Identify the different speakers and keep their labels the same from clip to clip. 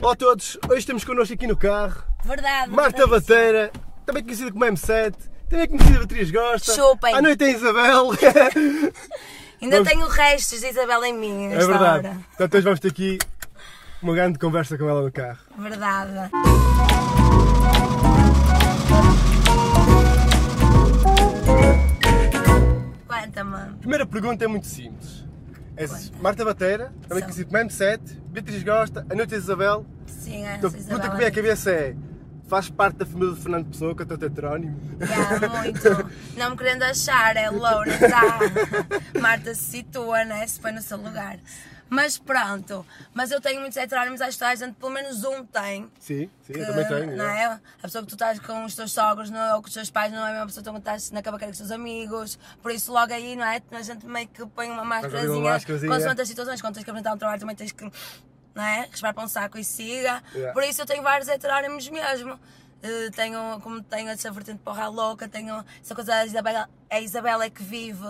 Speaker 1: Olá a todos, hoje temos connosco aqui no carro
Speaker 2: Verdade.
Speaker 1: Marta
Speaker 2: verdade.
Speaker 1: Bateira, também conhecida como M7, também conhecida como Beatriz Gosta.
Speaker 2: Chupem.
Speaker 1: À noite é Isabel.
Speaker 2: Ainda
Speaker 1: Vamos-
Speaker 2: tenho restos de Isabel em mim
Speaker 1: é
Speaker 2: nesta
Speaker 1: verdade.
Speaker 2: hora.
Speaker 1: Portanto, hoje vamos ter aqui uma grande conversa com ela no carro.
Speaker 2: Verdade. Conta-me.
Speaker 1: Primeira pergunta é muito simples.
Speaker 2: é?
Speaker 1: És Marta Bateira, também
Speaker 2: Sou.
Speaker 1: conhecida como M7, Beatriz Gosta, à noite é Isabel.
Speaker 2: Sim, é,
Speaker 1: Então,
Speaker 2: sou
Speaker 1: a
Speaker 2: Isabel.
Speaker 1: pergunta que me vem à cabeça é: faz parte da família de Fernando Pessoa, que é o teu tetrónimo?
Speaker 2: Yeah, muito. Não me querendo achar, é Lourenço. ah. Marta se situa, né? Se põe no seu lugar. Mas pronto. Mas eu tenho muitos heterónimos, acho que toda a gente, pelo menos um tem.
Speaker 1: Sim, sim,
Speaker 2: que,
Speaker 1: eu também tenho.
Speaker 2: Não
Speaker 1: é.
Speaker 2: é? A pessoa que tu estás com os teus sogros não é, ou com os teus pais não é a mesma pessoa que tu estás na cabaqueira com os teus amigos. Por isso, logo aí, não é? A gente meio que põe uma máscarazinha.
Speaker 1: máscarazinha.
Speaker 2: Consoante as situações, quando tens que apresentar um trabalho, também tens que. Não é? Respirar para um saco e siga.
Speaker 1: Yeah.
Speaker 2: Por isso, eu tenho vários heterónimos mesmo. Eh, tenho, como tenho essa vertente de porra louca, tenho essa coisa da Isabela, a Isabela é que vive.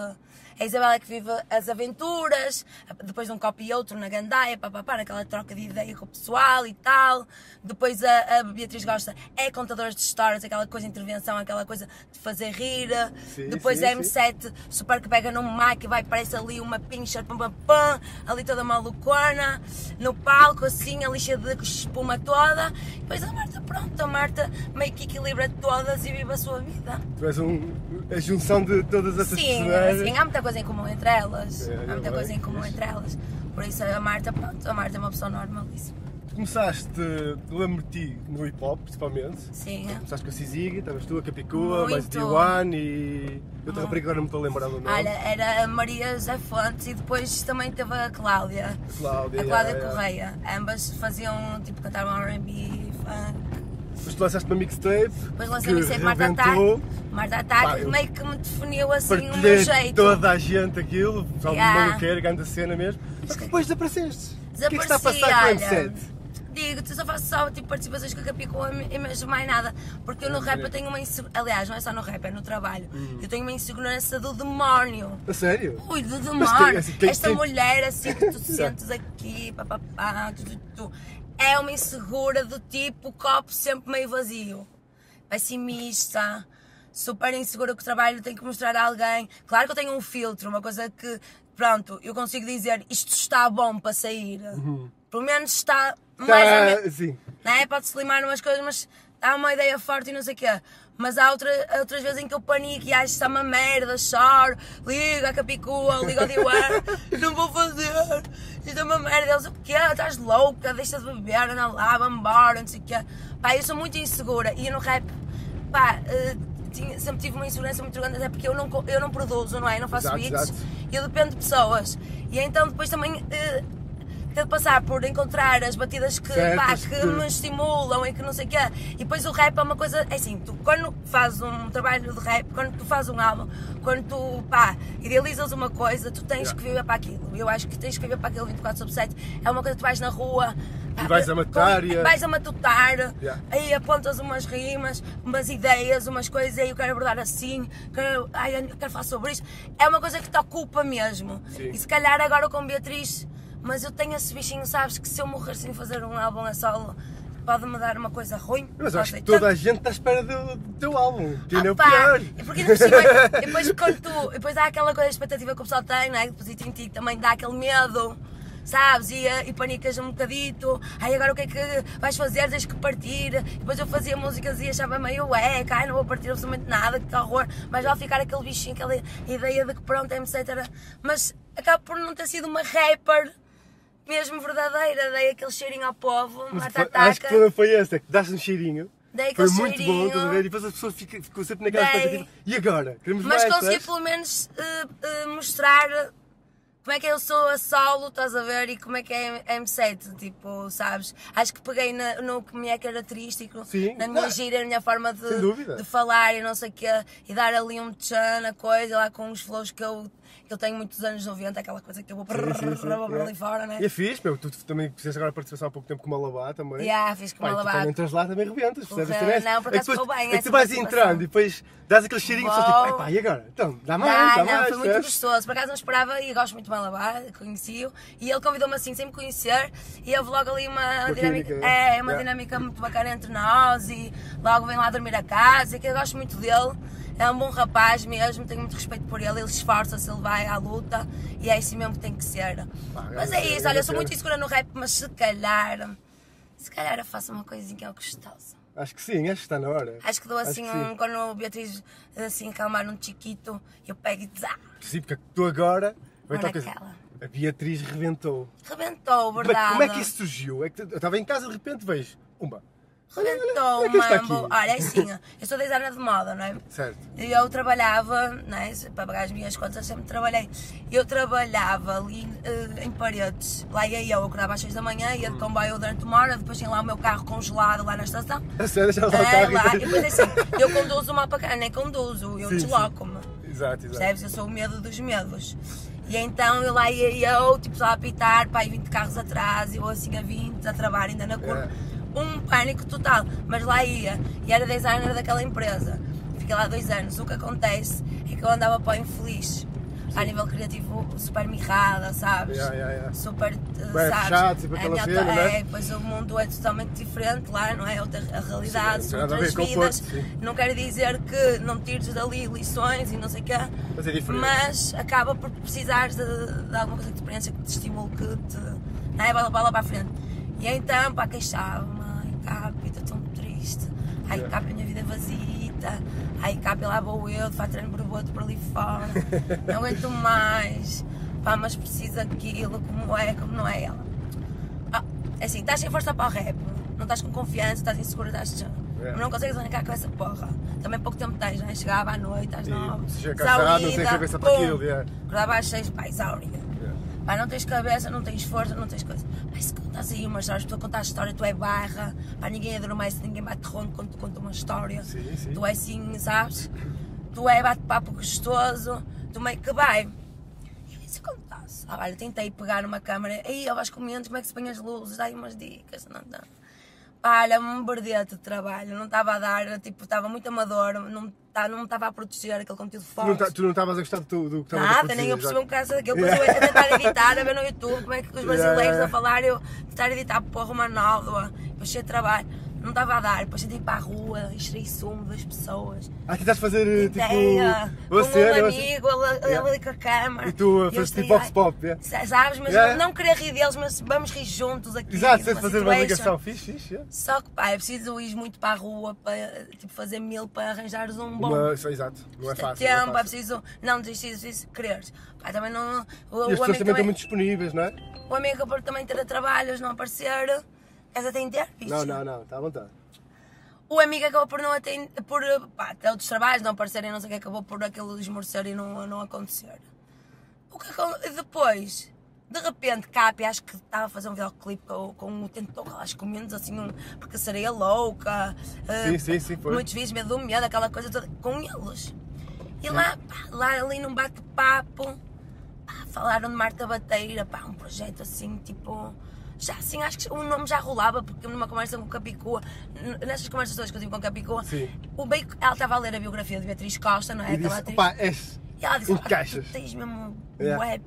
Speaker 2: A Isabela é que vive as aventuras, depois de um copo e outro na gandaia, papapá, naquela troca de ideia com o pessoal e tal. Depois a, a Beatriz Gosta é contadora de histórias, aquela coisa de intervenção, aquela coisa de fazer rir.
Speaker 1: Sim,
Speaker 2: depois
Speaker 1: sim,
Speaker 2: a
Speaker 1: sim.
Speaker 2: MC sete, super que pega num mic e vai, parece ali uma pincha, pam, pam, pam, ali toda malucona, no palco assim, ali cheia de espuma toda. E depois a Marta, pronto, a Marta meio que equilibra todas e vive a sua vida.
Speaker 1: Tu és um, a junção de todas essas
Speaker 2: Sim, é,
Speaker 1: personagens.
Speaker 2: sim, há muita coisa em comum entre elas.
Speaker 1: É,
Speaker 2: Há
Speaker 1: é
Speaker 2: muita
Speaker 1: bem,
Speaker 2: coisa em comum
Speaker 1: fixe.
Speaker 2: entre elas. Por isso a Marta, pronto, a Marta é uma pessoa normalíssima.
Speaker 1: Começaste, lembro-te, no hip hop, principalmente.
Speaker 2: Sim, é.
Speaker 1: Começaste com a Sizig, estavas tu, a Capicua, mais
Speaker 2: Muito.
Speaker 1: D1 e. Eu te rapariga agora não me estou a lembrar do nome.
Speaker 2: Olha, era a Maria José Fontes e depois também teve a Cláudia.
Speaker 1: A Cláudia.
Speaker 2: A Cláudia
Speaker 1: yeah, yeah.
Speaker 2: Correia. Ambas faziam, tipo, cantavam RB, funk.
Speaker 1: Depois tu lançaste uma mixtape.
Speaker 2: Depois lançamos
Speaker 1: que
Speaker 2: sempre Marta
Speaker 1: rebentou,
Speaker 2: Ataque. Marta Ataque
Speaker 1: Pá, eu-
Speaker 2: meio que me definiu assim o meu
Speaker 1: Partilhei
Speaker 2: jeito.
Speaker 1: toda a gente aquilo, só
Speaker 2: Yeah.
Speaker 1: yeah. maluqueiro, grande cena mesmo. Mas que depois desapareceste. O que é que está a
Speaker 2: Desapareci,
Speaker 1: passar com o
Speaker 2: olha.
Speaker 1: M7?
Speaker 2: Digo-te, só faço só tipo, participações com a Capicua e mesmo mais nada. Porque eu no rap eu tenho uma insegurança. Aliás, não é só no rap, é no trabalho.
Speaker 1: Hum.
Speaker 2: Eu tenho uma insegurança do demónio.
Speaker 1: A sério?
Speaker 2: Ui, do
Speaker 1: Mas tem-
Speaker 2: demónio.
Speaker 1: assim, tem-
Speaker 2: Esta
Speaker 1: tem-
Speaker 2: mulher assim que tu sentes aqui, papapá, tu, tu, tu, é uma insegura do tipo copo sempre meio vazio. Pessimista, super insegura com o trabalho, tenho que mostrar a alguém. Claro que eu tenho um filtro, uma coisa que, pronto, eu consigo dizer isto está bom para sair.
Speaker 1: Uhum.
Speaker 2: Pelo menos está mais ou menos
Speaker 1: Tá, sim.
Speaker 2: não é? Pode-se limar umas coisas, mas há uma ideia forte e não sei o quê. Mas há outra, outras vezes em que eu panico e acho que está uma merda, choro, ligo à Capicua, ligo ao Diwar, não vou fazer, isto é uma merda. Eles, o quê? Estás louca, deixa de beber, anda lá, vambora, não sei o quê. Pá, eu sou muito insegura e no rap, pá, eh, tinha- sempre tive uma insegurança muito grande, até porque eu não, co- eu não produzo, não é? Eu não faço
Speaker 1: Exato,
Speaker 2: beats,
Speaker 1: exato.
Speaker 2: eu dependo de pessoas. E então depois também. eh, ter de passar por encontrar as batidas que,
Speaker 1: Certo,
Speaker 2: pá,
Speaker 1: acho
Speaker 2: que
Speaker 1: que-
Speaker 2: me estimulam e que não sei o quê. E depois o rap é uma coisa, é assim, tu quando fazes um trabalho de rap, quando tu fazes um álbum, quando tu, pá, idealizas uma coisa, tu tens
Speaker 1: Yeah.
Speaker 2: que viver para aquilo. Eu acho que tens que viver para aquilo 24 sobre 7. É uma coisa que tu vais na rua... pá,
Speaker 1: E vais a matar
Speaker 2: com-
Speaker 1: e a-
Speaker 2: Vais a matutar,
Speaker 1: Yeah.
Speaker 2: aí apontas umas rimas, umas ideias, umas coisas, aí eu quero abordar assim, quero, ai, eu quero falar sobre isto. É uma coisa que te ocupa mesmo.
Speaker 1: Sim.
Speaker 2: E se calhar agora com Beatriz, mas eu tenho esse bichinho, sabes, que se eu morrer sem fazer um álbum a solo, pode-me dar uma coisa ruim.
Speaker 1: Mas
Speaker 2: Não
Speaker 1: acho
Speaker 2: sei.
Speaker 1: que toda
Speaker 2: Tanto-
Speaker 1: a gente está à espera do, do teu álbum. Que ainda é o
Speaker 2: Opa,
Speaker 1: pior.
Speaker 2: é Porque ainda por cima, depois quando tu, depois há aquela coisa expectativa que o pessoal tem, não é? Depois e em ti também dá aquele medo, sabes? E, eh, e panicas um bocadito, ai agora o que é que vais fazer? Tens que partir. Depois eu fazia músicas e achava meio é, ai não vou partir absolutamente nada, que horror, mas vai ficar aquele bichinho, aquela ideia de que pronto, etc. Mas acabo por não ter sido uma rapper. Mesmo verdadeira, dei aquele cheirinho ao povo,
Speaker 1: Mas
Speaker 2: mata
Speaker 1: foi- acho que
Speaker 2: ataca.
Speaker 1: foi, foi esse, é que daste um cheirinho.
Speaker 2: Dei
Speaker 1: Foi
Speaker 2: aquele
Speaker 1: muito bom,
Speaker 2: cheirinho.
Speaker 1: estás a ver? E depois as pessoas ficam, ficam sempre naquela
Speaker 2: Dei.
Speaker 1: expectativa. E agora? Queremos
Speaker 2: Mas
Speaker 1: mais,
Speaker 2: consegui
Speaker 1: sabes?
Speaker 2: pelo menos eh, eh, mostrar como é que eu sou a solo, estás a ver? E como é que é a M7, tipo, sabes? Acho que peguei na- no que me é característico,
Speaker 1: Sim,
Speaker 2: na minha
Speaker 1: claro.
Speaker 2: gira, na minha forma
Speaker 1: Sem
Speaker 2: de,
Speaker 1: dúvida.
Speaker 2: de falar e não sei o quê, e dar ali um tchan na coisa, lá com os flows que eu Eu tenho muitos anos 90, aquela coisa que eu vou,
Speaker 1: Sim, sim, sim,
Speaker 2: vou para
Speaker 1: yeah.
Speaker 2: ali fora, né?
Speaker 1: E é fixe, meu. Tu também fizeste agora participação há pouco tempo com o Malabá também.
Speaker 2: Yeah, fiz com o
Speaker 1: Pá, e
Speaker 2: Malabá.
Speaker 1: Tu também entras lá também rebentas, percebes?
Speaker 2: Porra,
Speaker 1: Também é-
Speaker 2: não, por
Speaker 1: é que
Speaker 2: acaso
Speaker 1: depois-
Speaker 2: correu bem
Speaker 1: É que
Speaker 2: essa
Speaker 1: tu vais
Speaker 2: participação.
Speaker 1: entrando e depois dás aquele cheirinho e só tipo,
Speaker 2: Bom.
Speaker 1: ai pá, e agora? Então, dá mais,
Speaker 2: Dá,
Speaker 1: dá
Speaker 2: não, é
Speaker 1: mais.
Speaker 2: foi muito
Speaker 1: percebes?
Speaker 2: gostoso. Por acaso não esperava e gosto muito de Malabar, conheci-o. E ele convidou-me assim, sem me conhecer, e houve logo ali uma,
Speaker 1: Uma
Speaker 2: dinâmica.
Speaker 1: química,
Speaker 2: é, uma
Speaker 1: yeah.
Speaker 2: dinâmica muito bacana entre nós e logo vem lá dormir a casa, e que eu gosto muito dele. É um bom rapaz mesmo, tenho muito respeito por ele, ele esforça-se, ele vai à luta e é isso mesmo que tem que ser.
Speaker 1: Pá,
Speaker 2: mas
Speaker 1: grande cena,
Speaker 2: é isso,
Speaker 1: grande
Speaker 2: olha, eu sou
Speaker 1: cena.
Speaker 2: muito insegura no rap, mas se calhar, se calhar eu faço uma coisinha gostosa.
Speaker 1: Acho que sim, acho que está na hora.
Speaker 2: Acho que dou assim,
Speaker 1: que sim.
Speaker 2: um, quando o Beatriz assim acalmar um chiquito, eu pego e zá,
Speaker 1: Sim, porque tu agora. vai
Speaker 2: Ou
Speaker 1: tal coisa.
Speaker 2: naquela.
Speaker 1: A Beatriz rebentou.
Speaker 2: rebentou,
Speaker 1: Como é,
Speaker 2: verdade.
Speaker 1: como é que isso surgiu? É que eu estava em casa de repente vejo. Pumba.
Speaker 2: Rebentou,
Speaker 1: Como é que isto está aqui?
Speaker 2: mambo. Então, Olha, é assim, ó, eu sou designer de moda, não é?
Speaker 1: Certo.
Speaker 2: E eu trabalhava, né, para pagar as minhas contas, eu sempre trabalhei. Eu trabalhava ali eh, em paredes. Lá ia eu, eu acordava às 6 da manhã,
Speaker 1: Hum.
Speaker 2: ia de comboio durante uma hora, depois tinha lá o meu carro congelado lá na estação.
Speaker 1: A sério, deixa lá o
Speaker 2: Ah,
Speaker 1: carro. e
Speaker 2: lá, e
Speaker 1: depois-
Speaker 2: depois assim, eu conduzo mal para cá, nem conduzo, eu
Speaker 1: Sim, sim.
Speaker 2: desloco-me.
Speaker 1: Exato, exato.
Speaker 2: Percebes? Eu sou o medo dos medos. E então eu lá ia eu, tipo, só a apitar, pá, e 20 carros atrás, eu assim a 20, a travar ainda na curva.
Speaker 1: É.
Speaker 2: Um pânico total, mas lá ia. E era designer daquela empresa. Fiquei lá dois anos. O que acontece é que eu andava para o infeliz. A nível criativo, super mirrada, sabes?
Speaker 1: Yeah, yeah, yeah.
Speaker 2: Super, eh,
Speaker 1: Bem
Speaker 2: sabes?
Speaker 1: fechado, tipo
Speaker 2: É,
Speaker 1: aquela
Speaker 2: minha
Speaker 1: cena,
Speaker 2: to-
Speaker 1: não é?
Speaker 2: é, pois o mundo é totalmente diferente lá, não é? Outra a realidade,
Speaker 1: Sim,
Speaker 2: são
Speaker 1: não tem nada a
Speaker 2: outras
Speaker 1: ver com o
Speaker 2: vidas.
Speaker 1: Porto, sim.
Speaker 2: Não quero dizer que não tires dali lições e não sei o quê.
Speaker 1: Mas é diferente.
Speaker 2: Mas acaba por precisares de, de alguma coisa que te preencha, que te estimule, que te. Não é? Bola, bola para a frente. E então, pá, queixava-me. Ai, Capi, estou tão triste. Ai,
Speaker 1: Yeah.
Speaker 2: Capi, a minha vida é vazia. Ai, Capi, lá vou eu, de fato, treino borboto por ali fora. não aguento mais. Pá, mas preciso daquilo, como é, como não é ela. Ah, é assim, estás sem força para o rap, não estás com confiança, estás insegura, estás chão.
Speaker 1: É.
Speaker 2: Não consegues arrancar com essa porra. Também pouco tempo tens, não é? Chegava à noite, às
Speaker 1: E
Speaker 2: nove.
Speaker 1: se chega cansado, não é tem
Speaker 2: exaurida,
Speaker 1: cabeça para
Speaker 2: pum.
Speaker 1: aquilo, é.
Speaker 2: Acordava às seis, pá, exaurida.
Speaker 1: Yeah.
Speaker 2: Pá, não tens cabeça, não tens força, não tens coisa. Pá, se contas aí umas horas, tu a contar a história, tu é barra. Pá, ninguém adormece, ninguém bate ronco quando tu conta uma história.
Speaker 1: Sim, sim.
Speaker 2: Tu é assim, sabes? Tu é bate-papo gostoso, tu meio que vai. E eu disse, como estás? Ah, olha, tentei pegar uma câmera, aí eu acho comendo como é que se põe as luzes, dá aí umas dicas, não dá. Pá, olha, um berdete de trabalho, não estava a dar, tipo, estava muito amador, não tá- não me estava a proteger aquele conteúdo
Speaker 1: Tu não
Speaker 2: forte.
Speaker 1: tá- Tu não estavas a gostar do, teu- do que estava a
Speaker 2: Nada,
Speaker 1: produzir,
Speaker 2: nem eu percebi um
Speaker 1: exato.
Speaker 2: bocado daquilo.
Speaker 1: É.
Speaker 2: Depois eu a tentar editar, a ver no YouTube como é que os brasileiros
Speaker 1: Yeah, yeah, yeah.
Speaker 2: a falar, eu tentar editar porra uma nova, depois cheio de trabalho, não estava a dar, depois tentei ir para a rua, extrair sumo das pessoas.
Speaker 1: Ah, tentaste fazer eh, tipo.
Speaker 2: Ideia,
Speaker 1: uma
Speaker 2: com
Speaker 1: cena,
Speaker 2: um
Speaker 1: uma cena.
Speaker 2: amigo, ele ele
Speaker 1: Yeah.
Speaker 2: ali com a câmara.
Speaker 1: É. E tu a
Speaker 2: eu
Speaker 1: fazer
Speaker 2: extraí,
Speaker 1: tipo box
Speaker 2: ai,
Speaker 1: pop, yeah.
Speaker 2: sa- Sabes, mas
Speaker 1: Yeah.
Speaker 2: não querer rir deles, mas vamos rir juntos aqui.
Speaker 1: Exato,
Speaker 2: numa
Speaker 1: tentaste fazer uma
Speaker 2: situation.
Speaker 1: ligação fixe, fixe. yeah.
Speaker 2: Só que pá, é preciso ir muito para a rua para tipo, fazer mil para arranjares um bom.
Speaker 1: Uma, só- exato, não é
Speaker 2: Precisa de
Speaker 1: fácil.
Speaker 2: tempo,
Speaker 1: não é
Speaker 2: é
Speaker 1: fácil.
Speaker 2: preciso. Não, preciso, preciso querer. Pá, também não. O,
Speaker 1: E as
Speaker 2: o
Speaker 1: pessoas
Speaker 2: amigo
Speaker 1: também estão
Speaker 2: também,
Speaker 1: muito disponíveis, não é?
Speaker 2: o amigo acabou por também ter trabalhos, não aparecer. Casa tem ter, bicho.
Speaker 1: Não, não, não, está à vontade.
Speaker 2: O amigo acabou por não atender. Por, pá, ter outros trabalhos, não aparecerem, não sei o que, acabou por aquilo esmorecer e não, não acontecer. O que acon- Depois, de repente, Capi, acho que estava a fazer um videoclipe com, com o Tentou, acho que menos assim, um, porque seria louca. eh,
Speaker 1: Sim, sim, sim, foi.
Speaker 2: Muitos vídeos, medo do medo, aquela coisa toda, com eles. E lá, pá, lá ali num bate-papo, pá, falaram de Marta Bateira, pá, um projeto assim, tipo. Já assim, acho que o nome já rolava, porque numa conversa com o Capicua, n- nessas conversas todas que eu tive com o Capicua,
Speaker 1: Sim.
Speaker 2: o bem, ela estava a ler a biografia de Beatriz Costa, não é?
Speaker 1: E
Speaker 2: Aquela
Speaker 1: disse,
Speaker 2: atriz.
Speaker 1: pá, és.
Speaker 2: E ela disse,
Speaker 1: Encaixas.
Speaker 2: "Ah, tu tens mesmo
Speaker 1: Yeah.
Speaker 2: web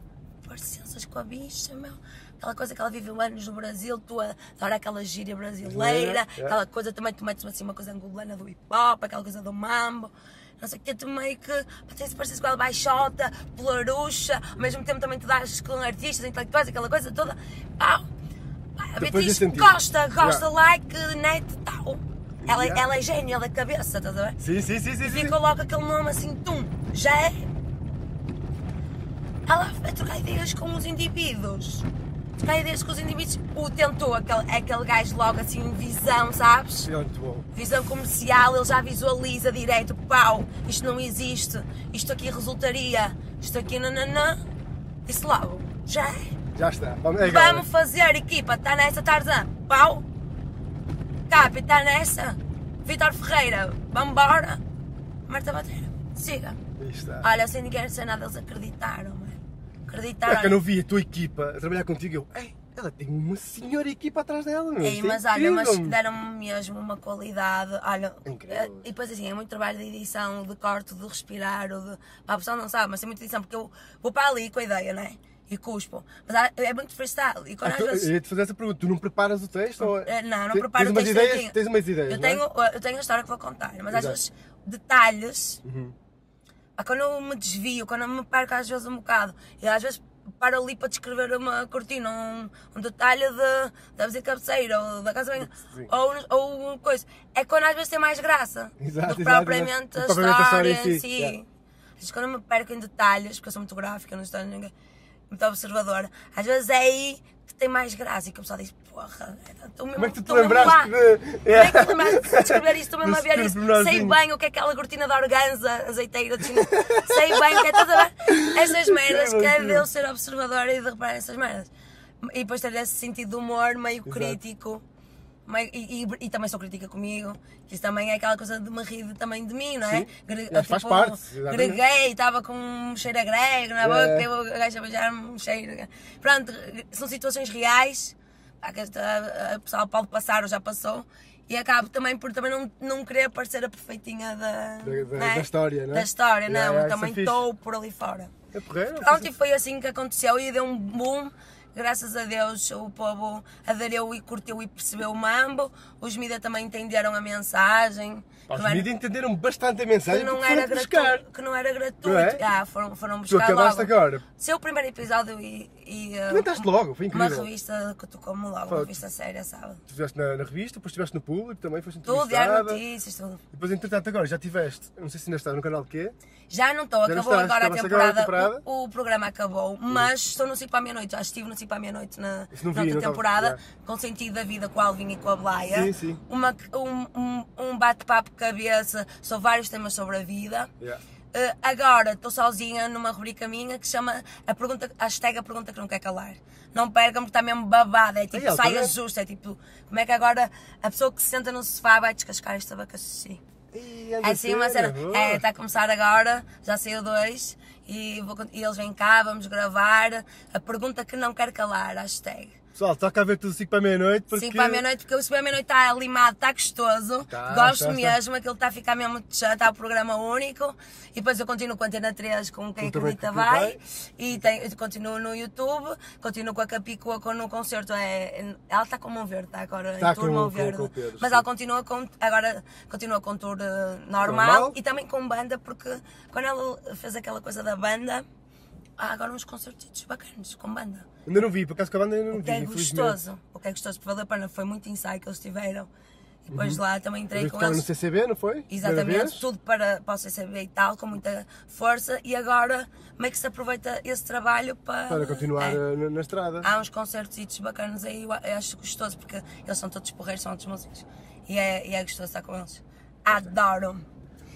Speaker 2: parecenças com a bicha, meu. Aquela coisa que ela viveu anos no Brasil, tu adora aquela gíria brasileira,
Speaker 1: Yeah, yeah.
Speaker 2: aquela coisa também, tu metes assim uma coisa angolana do hip hop, aquela coisa do mambo. Não sei o que, tu meio que pá, tens pareces com ela baixota, polarucha, ao mesmo tempo também te dás com artistas, intelectuais, aquela coisa toda. Pau! Pá, a
Speaker 1: Depois
Speaker 2: Beatriz
Speaker 1: desse sentido.
Speaker 2: gosta, gosta,
Speaker 1: Yeah.
Speaker 2: like, net, tal. Ela,
Speaker 1: Yeah.
Speaker 2: ela é gênio, ela é cabeça, estás a ver?
Speaker 1: Sim, sim, sim, sim.
Speaker 2: E
Speaker 1: sim.
Speaker 2: ficou logo aquele nome assim, tum, já é. Ela a trocar ideias com os indivíduos. Trocar ideias com os indivíduos. O tentou, aquele, aquele gajo logo assim, visão, sabes?
Speaker 1: Sim, é muito bom.
Speaker 2: Visão comercial, ele já visualiza direito, pau, isto não existe, isto aqui resultaria, isto aqui nananã. Disse logo, já é.
Speaker 1: Já está. Vamos, é agora.
Speaker 2: Vamos fazer equipa, está nessa Tarzan, pau. Capi, tá está nessa. Vitor Ferreira, vambora. Marta Bateira, siga.
Speaker 1: Aí está.
Speaker 2: Olha, eu sem ninguém dizer nada, eles acreditaram, mano. Acreditaram.
Speaker 1: Não, É que eu não vi a tua equipa a trabalhar contigo. Eu, ei, ela tem uma senhora equipa atrás dela, meu.
Speaker 2: Ei,
Speaker 1: Isto é
Speaker 2: mas olha, mas
Speaker 1: incrível, meu.
Speaker 2: deram-me mesmo uma qualidade. Olha,
Speaker 1: Incrível.
Speaker 2: eh, e depois assim, é muito trabalho de edição, de corte, de respirar, ou de. Pá, a pessoa não sabe, mas é muito edição, porque eu vou para ali com a ideia, não é? E cuspo. Mas há- é muito freestyle. E
Speaker 1: Ah,
Speaker 2: quando às
Speaker 1: tu-
Speaker 2: vezes.
Speaker 1: Eu ia te fazer essa pergunta. Tu não preparas o texto? Ou... é?
Speaker 2: Eh, Não, não
Speaker 1: Te-
Speaker 2: preparo
Speaker 1: tens
Speaker 2: o
Speaker 1: umas
Speaker 2: texto
Speaker 1: ideias,
Speaker 2: direitinho.
Speaker 1: Tens umas ideias,
Speaker 2: eu
Speaker 1: não é?
Speaker 2: tenho, eh, eu tenho a história que vou contar, mas às
Speaker 1: Exato.
Speaker 2: vezes detalhes,
Speaker 1: Uhum.
Speaker 2: ah, quando eu me desvio, quando eu me perco às vezes um bocado, e às vezes paro ali para descrever uma cortina, um, um detalhe de, da visita cabeceira ou da casa bem,
Speaker 1: Sim.
Speaker 2: ou, ou uma coisa. É quando às vezes tem mais graça
Speaker 1: Exato,
Speaker 2: do que
Speaker 1: exato, exato.
Speaker 2: propriamente
Speaker 1: Do
Speaker 2: a
Speaker 1: que propriamente a
Speaker 2: história
Speaker 1: história
Speaker 2: em
Speaker 1: em si,
Speaker 2: si.
Speaker 1: yeah.
Speaker 2: Às vezes quando eu me perco em detalhes, porque eu sou muito gráfica, não estou ninguém, muito observadora, às vezes é aí que tem mais graça e que o pessoal diz, porra, estou mesmo
Speaker 1: Como é que tu te
Speaker 2: estou mesmo lá."
Speaker 1: lembraste de.
Speaker 2: um Como é que te lembraste de descrever isto? Estou mesmo a
Speaker 1: Desse
Speaker 2: ver isso. Sei
Speaker 1: pormenorzinho.
Speaker 2: bem o que é aquela cortina de organza azeiteira. De... chinês. Sei bem o que é toda a ver. Essas merdas, que é de eu ser observadora e de reparar essas merdas. E depois ter esse sentido de humor meio crítico. meio- E, e- e também sou crítica comigo, que isso também é aquela coisa de me rir de- também de mim, não é?
Speaker 1: Sim. Mas faz parte, exatamente.
Speaker 2: Greguei, estava com um cheiro a grego na boca,
Speaker 1: É.
Speaker 2: eu a gaja a beijar-me um cheiro. Pronto, são situações reais, pá, que a, a pessoa pode passar ou já passou, e acabo também por também não, não querer parecer a perfeitinha da,
Speaker 1: Da- da-
Speaker 2: não é?
Speaker 1: da história, não é?
Speaker 2: Da história,
Speaker 1: Yeah,
Speaker 2: não,
Speaker 1: yeah, isso
Speaker 2: eu
Speaker 1: é
Speaker 2: também
Speaker 1: fixe.
Speaker 2: estou por ali fora.
Speaker 1: É porreiro?
Speaker 2: Pronto, e foi assim que aconteceu e deu um boom. Graças a Deus o povo aderiu e curtiu e percebeu o mambo. Os mídia também entenderam a mensagem.
Speaker 1: Pá, Os
Speaker 2: Não era-
Speaker 1: mídias entenderam bastante a
Speaker 2: que
Speaker 1: mensagem
Speaker 2: não,
Speaker 1: porque Tá foram
Speaker 2: era
Speaker 1: te
Speaker 2: gratuito,
Speaker 1: buscar.
Speaker 2: que não era gratuito.
Speaker 1: Não é?
Speaker 2: Ah, foram, foram
Speaker 1: Tu
Speaker 2: buscar
Speaker 1: acabaste
Speaker 2: logo.
Speaker 1: agora.
Speaker 2: Seu primeiro episódio e. e ah,
Speaker 1: Comentaste logo, foi
Speaker 2: Uma
Speaker 1: incrível.
Speaker 2: revista que tu como logo, uma
Speaker 1: Foto.
Speaker 2: revista séria, sabe?
Speaker 1: Tu estiveste na, na revista, depois estiveste no público, também foste
Speaker 2: Tudo, diário
Speaker 1: entrevistada.
Speaker 2: notícias, tudo.
Speaker 1: Depois, entretanto, agora já tiveste, não sei se ainda estás no canal de quê?
Speaker 2: Já não estou,
Speaker 1: não
Speaker 2: acabou
Speaker 1: estás,
Speaker 2: agora a
Speaker 1: acabaste agora a
Speaker 2: temporada.
Speaker 1: temporada?
Speaker 2: O, o programa acabou, mas estou no 5 para a meia-noite. Já estive no 5 para a meia-noite na,
Speaker 1: Isso não
Speaker 2: na
Speaker 1: vi, não
Speaker 2: outra
Speaker 1: estava-
Speaker 2: temporada,
Speaker 1: já.
Speaker 2: com sentido da vida com a Alvinha e com a Blaia.
Speaker 1: Sim, sim.
Speaker 2: Uma, um um, um bate-papo cabeça sobre vários temas sobre a vida.
Speaker 1: Yeah.
Speaker 2: Eh, agora estou sozinha numa rubrica minha que se chama a pergunta, hashtag a pergunta que não quer calar. Não percam porque está mesmo babada, é tipo
Speaker 1: Ei,
Speaker 2: saia
Speaker 1: altamente.
Speaker 2: justa, é tipo, como é que agora a pessoa que se senta no sofá vai descascar este abacaxi?
Speaker 1: Ih,
Speaker 2: É assim uma cena. É, está a começar agora, já saiu dois e, vou con- e eles vêm cá, vamos gravar. A pergunta que não quer calar, hashtag.
Speaker 1: Pessoal, toca a ver tudo 5 para a meia-noite. porque-
Speaker 2: 5 para a meia-noite, porque o 5 para a meia-noite está limado, está gostoso.
Speaker 1: Tá,
Speaker 2: Gosto
Speaker 1: tá, tá.
Speaker 2: mesmo, aquilo está a ficar mesmo muito chato, está o programa único. E depois eu continuo com a Antena 3, com quem
Speaker 1: Com também
Speaker 2: acredita
Speaker 1: quem
Speaker 2: vai.
Speaker 1: vai.
Speaker 2: E tem- eu continuo no YouTube, continuo com a Capicua com- no concerto. É, ela está com o Mão Verde, está agora
Speaker 1: Tá
Speaker 2: em tour
Speaker 1: com-
Speaker 2: Mão
Speaker 1: com-
Speaker 2: Verde.
Speaker 1: com o Pedro,
Speaker 2: Mas
Speaker 1: sim.
Speaker 2: ela continua com, agora continua com tour eh, normal,
Speaker 1: Normal.
Speaker 2: e também com banda, porque quando ela fez aquela coisa da banda, há agora uns concertos bacanas com banda.
Speaker 1: Ainda não vi, por acaso com a banda ainda não
Speaker 2: O
Speaker 1: vi.
Speaker 2: que é
Speaker 1: infelizmente.
Speaker 2: gostoso, o que é gostoso, porque valeu a pena, foi muito ensaio que eles tiveram. E depois
Speaker 1: Uhum.
Speaker 2: lá também
Speaker 1: Eu vi
Speaker 2: entrei
Speaker 1: que
Speaker 2: com
Speaker 1: tocaram no
Speaker 2: eles.
Speaker 1: CCB, não foi? Primeira
Speaker 2: Exatamente,
Speaker 1: vez.
Speaker 2: tudo para, para o CCB e tal, com muita força. E agora meio que se aproveita esse trabalho para.
Speaker 1: Para continuar
Speaker 2: É.
Speaker 1: eh, na, na estrada.
Speaker 2: Há uns concertos bacanas aí, eu a- eu acho gostoso, porque eles são todos porreiros, são todos músicos. E é, e é gostoso estar com eles. Adoro!